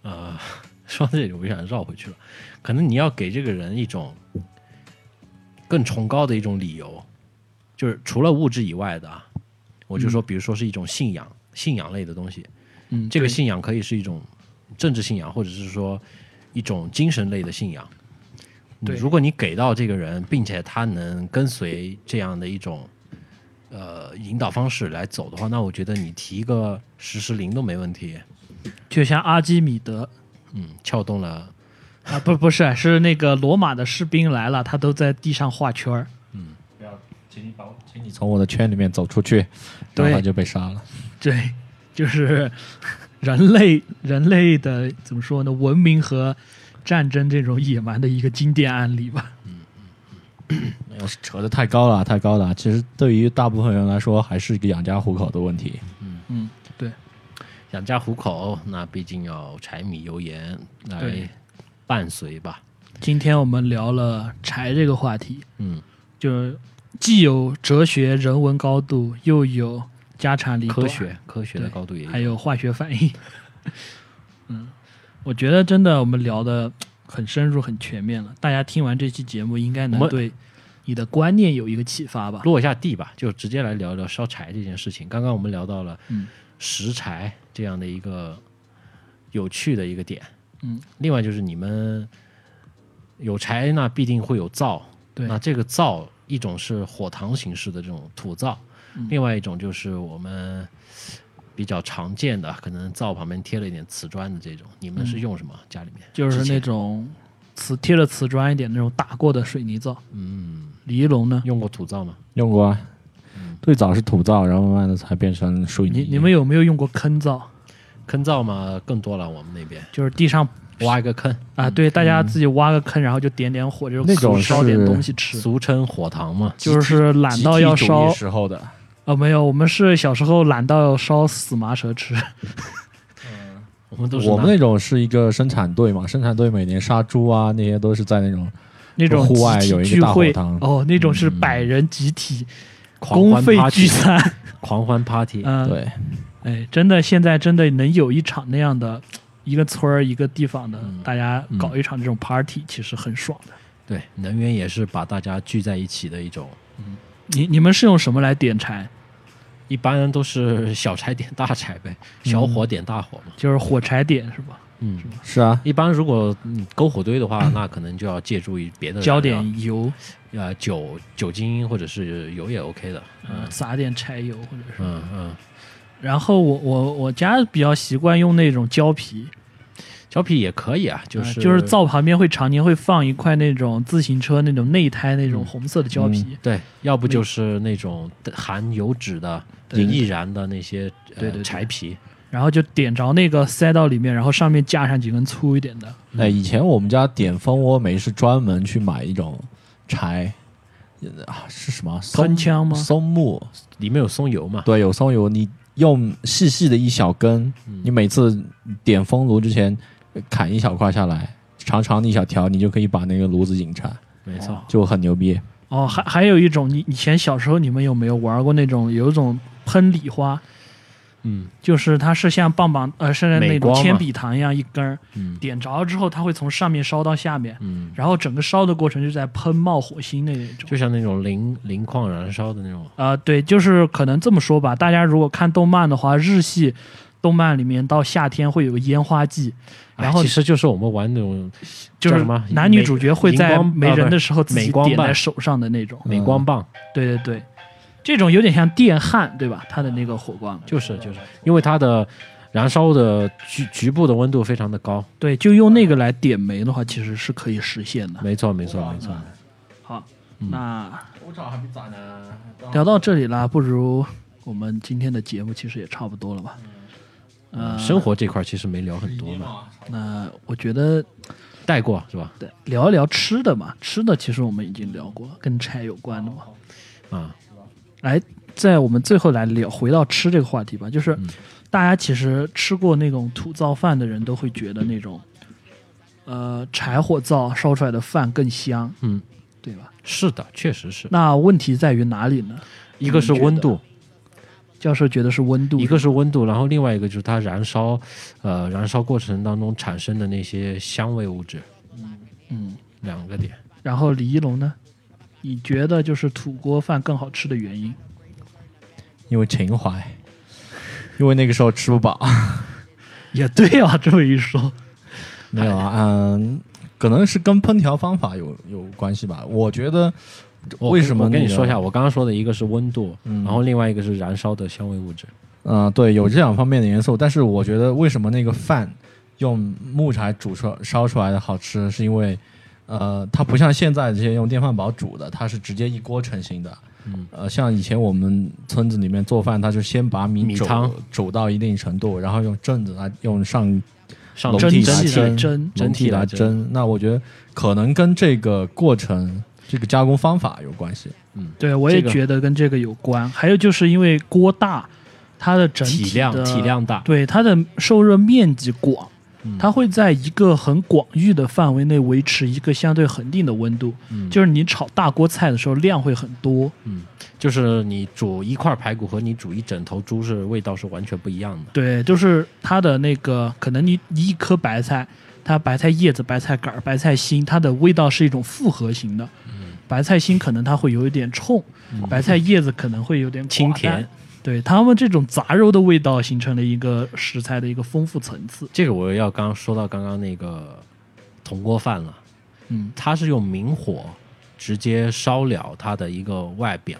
呃，说到这里我就想绕回去了，可能你要给这个人一种更崇高的一种理由，就是除了物质以外的啊，我就说，比如说是一种信仰，信仰类的东西，嗯，这个对信仰可以是一种政治信仰，或者是说一种精神类的信仰。你对如果你给到这个人，并且他能跟随这样的一种呃引导方式来走的话，那我觉得你提个十十零都没问题。就像阿基米德，嗯，撬动了，啊，不不是，是那个罗马的士兵来了，他都在地上画圈儿。请你把我，请你从我的圈里面走出去，然对后他就被杀了。对，就是人类人类的怎么说呢？文明和战争这种野蛮的一个经典案例吧。没有，扯得太高了，啊太高了。其实对于大部分人来说，还是一个养家糊口的问题。嗯，对，养家糊口，那毕竟要柴米油盐来对伴随吧。今天我们聊了柴这个话题，嗯，就是既有哲学人文高度，又有家长里短科学科学的对高度也有 还有化学反应。嗯，我觉得真的我们聊的很深入、很全面了。大家听完这期节目，应该我能们对你的观念有一个启发吧？落一下地吧，就直接来聊一聊烧柴这件事情。刚刚我们聊到了嗯拾柴这样的一个有趣的一个点，嗯，另外就是你们有柴，那必定会有灶，对那这个灶一种是火塘形式的这种土灶，嗯另外一种就是我们比较常见的，可能灶旁边贴了一点瓷砖的这种，你们嗯是用什么？家里面就是之前那种瓷贴了瓷砖一点那种打过的水泥灶。嗯，李一龙呢？用过土灶吗？用过啊。最早是土灶，然后慢慢的才变成水泥。你你们有没有用过坑灶？坑灶嘛，更多了，我们那边就是地上挖一个坑，啊，对，大家自己挖个坑，然后就点点火，就嗯那种烤烧点是东西吃，俗称火塘嘛。就是懒到要集体主义烧时候的，啊，没有，我们是小时候懒到要烧死麻蛇吃，我们都是我拿们那种是一个生产队嘛，生产队每年杀猪啊，那些都是在那种那种户外集体有一个聚大火嗯会堂哦，那种是百人集体狂公欢费 party，聚餐， 狂欢 party，嗯，对，哎，真的，现在真的能有一场那样的，一个村儿一个地方的，嗯大家搞一场这种 party，其实很爽的。对，能源也是把大家聚在一起的一种，你你们是用什么来点柴？一般都是小柴点大柴呗，小嗯火点大火嘛。就是火柴点是吧？嗯，是啊，一般如果嗯篝火堆的 话，那可能就要借助于别的浇燃料点油，呃酒酒精或者是油也 OK 的。嗯，撒点柴油或者是。嗯嗯，然后我我我家比较习惯用那种胶皮，胶皮也可以啊，就呃是、就是灶旁边会常年会放一块那种自行车那种内胎嗯那种红色的胶皮，对，要不就是那种含油脂的、对易燃的那些呃对对对柴皮，然后就点着那个塞到里面，然后上面架上几根粗一点的，哎，以前我们家点蜂窝煤是专门去买一种柴，啊是什么？松喷枪吗松木，里面有松油哦嘛。对，有松油，你用细细的一小根，嗯你每次点风炉之前呃砍一小块下来，长长的一小条，你就可以把那个炉子引柴，没错，就很牛逼。哦，还还有一种，你以前小时候你们有没有玩过那种有一种喷礼花？嗯，就是它是像棒棒呃，是那美种光嘛铅笔糖一样一根儿，嗯点着之后它会从上面烧到下面，嗯，然后整个烧的过程就在喷冒火星的那种。就像那种磷磷矿燃烧的那种，啊、对，就是可能这么说吧，大家如果看动漫的话，日系动漫里面到夏天会有个烟花季，哎然后其实就是我们玩那种就叫是什么男女美主角会荧在光没啊不人是的时候自美己光点在棒手上的那种。美光棒，对对对，这种有点像电焊，对吧？它的那个火光，就是就是因为它的燃烧的局局部的温度非常的高，对，就用那个来点煤的话，其实是可以实现的。没错没错没错，好，那我找还没咋呢，聊到这里啦，不如我们今天的节目其实也差不多了吧？呃，生活这块其实没聊很多嘛，那我觉得带过是吧？对聊一聊吃的嘛，吃的其实我们已经聊过了，跟柴有关的嘛。啊，来，哎在我们最后来聊回到吃这个话题吧，就是嗯大家其实吃过那种土灶饭的人都会觉得那种，呃，柴火灶烧出来的饭更香，嗯，对吧？是的，确实是那问题在于哪里呢？一个是你们觉得温度，教授觉得是温度，一个是温度，然后另外一个就是它燃烧，呃，燃烧过程当中产生的那些香味物质，嗯，两个点。然后李一龙呢？你觉得就是土锅饭更好吃的原因？因为情怀，因为那个时候吃不 饱。也对啊， 这么一说，没有啊，嗯，可能是跟烹调方法有有关系吧。我觉得我为跟什么我跟你那个说一下，我刚刚说的一个是温度，嗯然后另外一个是燃烧的香味物质。嗯、对，有这两方面的元素，但是我觉得为什么那个饭用木柴煮出烧出来的好吃，是因为呃，它不像现在这些用电饭煲煮的，它是直接一锅成型的。嗯，呃，像以前我们村子里面做饭，它就先把米米煮汤煮到一定程度，然后用蒸子来用上上笼蒸屉汽来的蒸，蒸蒸笼屉屉来来蒸蒸。那我觉得可能跟这个过程、这个加工方法有关系。对我也这个觉得跟这个有关。还有就是因为锅大，它的整体体量的体量大，对它的受热面积广，嗯它会在一个很广域的范围内维持一个相对恒定的温度。嗯就是你炒大锅菜的时候量会很多，就是你煮一块排骨和你煮一整头猪是味道是完全不一样的。对，就是它的那个可能你你一颗白菜，它白菜叶子、白菜杆儿、白菜心，它的味道是一种复合型的。嗯白菜心可能它会有一点冲，白菜叶子可能会有点寡清淡甜。对它们这种杂糅的味道，形成了一个食材的一个丰富层次。这个我要刚说到刚刚那个铜锅饭了，嗯，它是用明火直接烧了它的一个外表，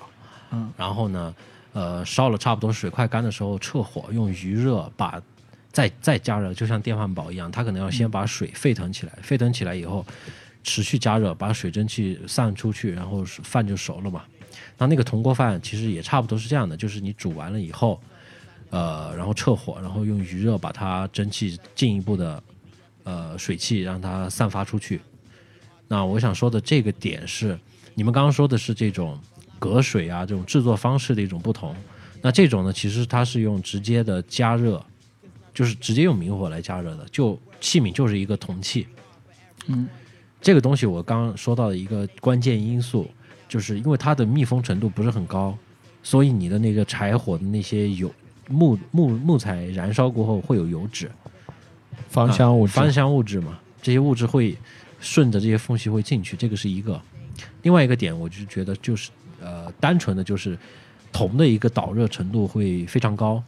嗯，然后呢，呃，烧了差不多水快干的时候撤火，用余热把再再加热，就像电饭煲一样，它可能要嗯先把水沸腾起来，沸腾起来以后持续加热，把水蒸气散出去，然后是饭就熟了嘛。那那个铜锅饭其实也差不多是这样的，就是你煮完了以后，呃，然后撤火，然后用余热把它蒸汽进一步的呃水汽让它散发出去。那我想说的这个点是，你们刚刚说的是这种隔水啊这种制作方式的一种不同。那这种呢，其实它是用直接的加热，就是直接用明火来加热的，就器皿就是一个铜器。嗯，这个东西我刚刚说到的一个关键因素，就是因为它的密封程度不是很高，所以你的那个柴火的那些油木木木材燃烧过后会有油脂，啊芳香物质，芳香物质嘛，这些物质会顺着这些缝隙会进去，这个是一个。另外一个点，我就觉得就是呃，单纯的就是铜的一个导热程度会非常高，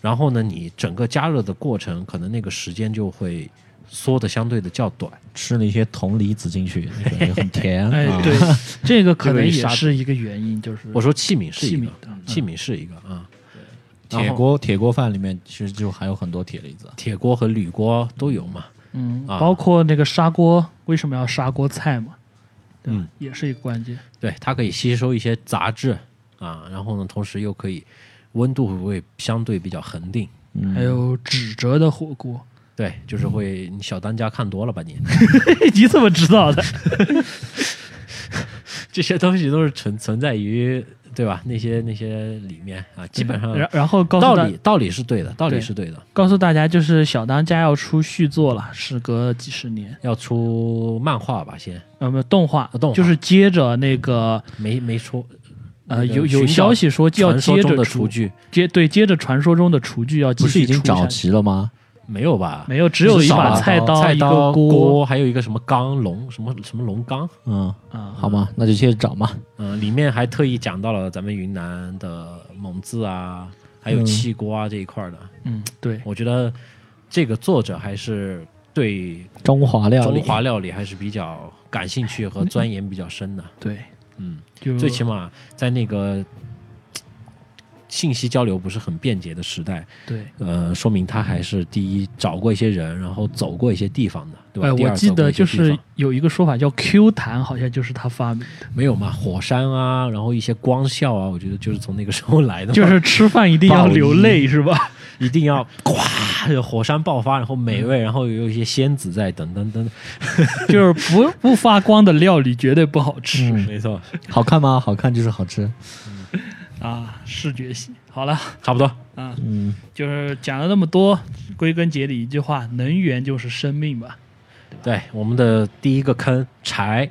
然后呢，你整个加热的过程可能那个时间就会缩的相对的较短。吃了一些铜离子进去，那个也很甜。 哎啊， 对，这个可这个能一也杀是一个原因，就是我说器皿是器一皿个，嗯的器皿是一个啊，然铁后锅铁锅饭里面其实就含有很多铁离子。铁锅和铝锅都有嘛。嗯，啊包括那个砂锅，为什么要砂锅菜嘛？对吧，嗯也是一个关键。对，它可以吸收一些杂质啊，然后呢，同时又可以温度会相对比较恒定。嗯还有纸折的火 锅，对，就是会嗯你小当家看多了吧你？ 你怎么知道的？这些东西都是存存在于对吧？那些那些里面啊， 基本上 然然后告道诉大理道理是对的，道理对是对的。告诉大家，就是小当家要出续作了，时隔几十年，要出漫画吧，先呃，不，动画，啊动画就是接着那个没没出呃，有寻有找消息说要传说接中着的出厨，具接对接着传说中的厨具要继不是续已经出下找去齐了吗？没有吧？没有，只有一少把吧菜刀、菜一个锅锅还有一个什么缸龙什么什么龙缸，嗯，啊，好吧，那就接着找嘛。嗯、里面还特意讲到了咱们云南的蒙自啊，还有嗯汽锅啊这一块儿的。嗯，对，我觉得这个作者还是对中华料理，中华料理还是比较感兴趣和钻研比较深的。对，嗯，就最起码在那个嘖信息交流不是很便捷的时代，对。呃，说明他还是第一找过一些人，然后走过一些地方的，对吧？哎，第我二记走过得一些就地方是有一个说法叫 Q 弹，好像就是他发明 的，没有嘛，火山啊，然后一些光效啊，我觉得就是从那个时候来的嘛，就是吃饭一定要流泪是吧？ 一定要咵，火山爆发，然后美味，然后有一些仙子在，等等等，就是不不发光的料理绝对不好吃、嗯，没错，好看吗？好看就是好吃。啊，视觉系。好了，差不多。啊，嗯，就是讲了那么多，归根结底一句话，能源就是生命吧，对，我们的第一个坑柴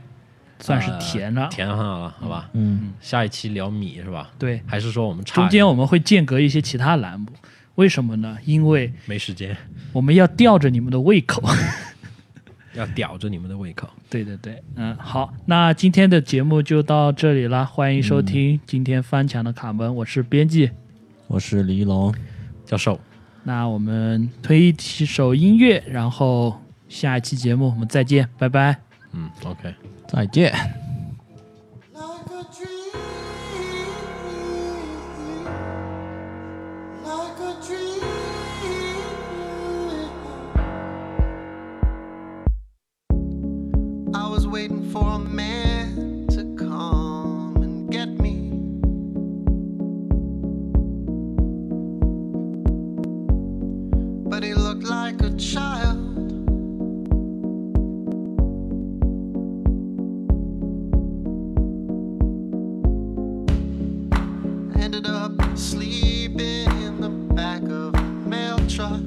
算是甜了。呃填上了，好吧？嗯，下一期聊米是吧？对，还是说我们差中间我们会间隔一些其他栏目，为什么呢？因为没时间，我们要吊着你们的胃口。要吊着你们的胃口。对对对，嗯，好，那今天的节目就到这里啦，欢迎收听今天翻墙的卡门，我是编辑。我是李一龙，教授，那我们推一首音乐，然后下一期节目我们再见，拜拜。嗯，OK。再见。 Like a dream, like a dream. I was waiting for a man to come and get me. But he looked like a child. ended up sleeping in the back of a mail truck.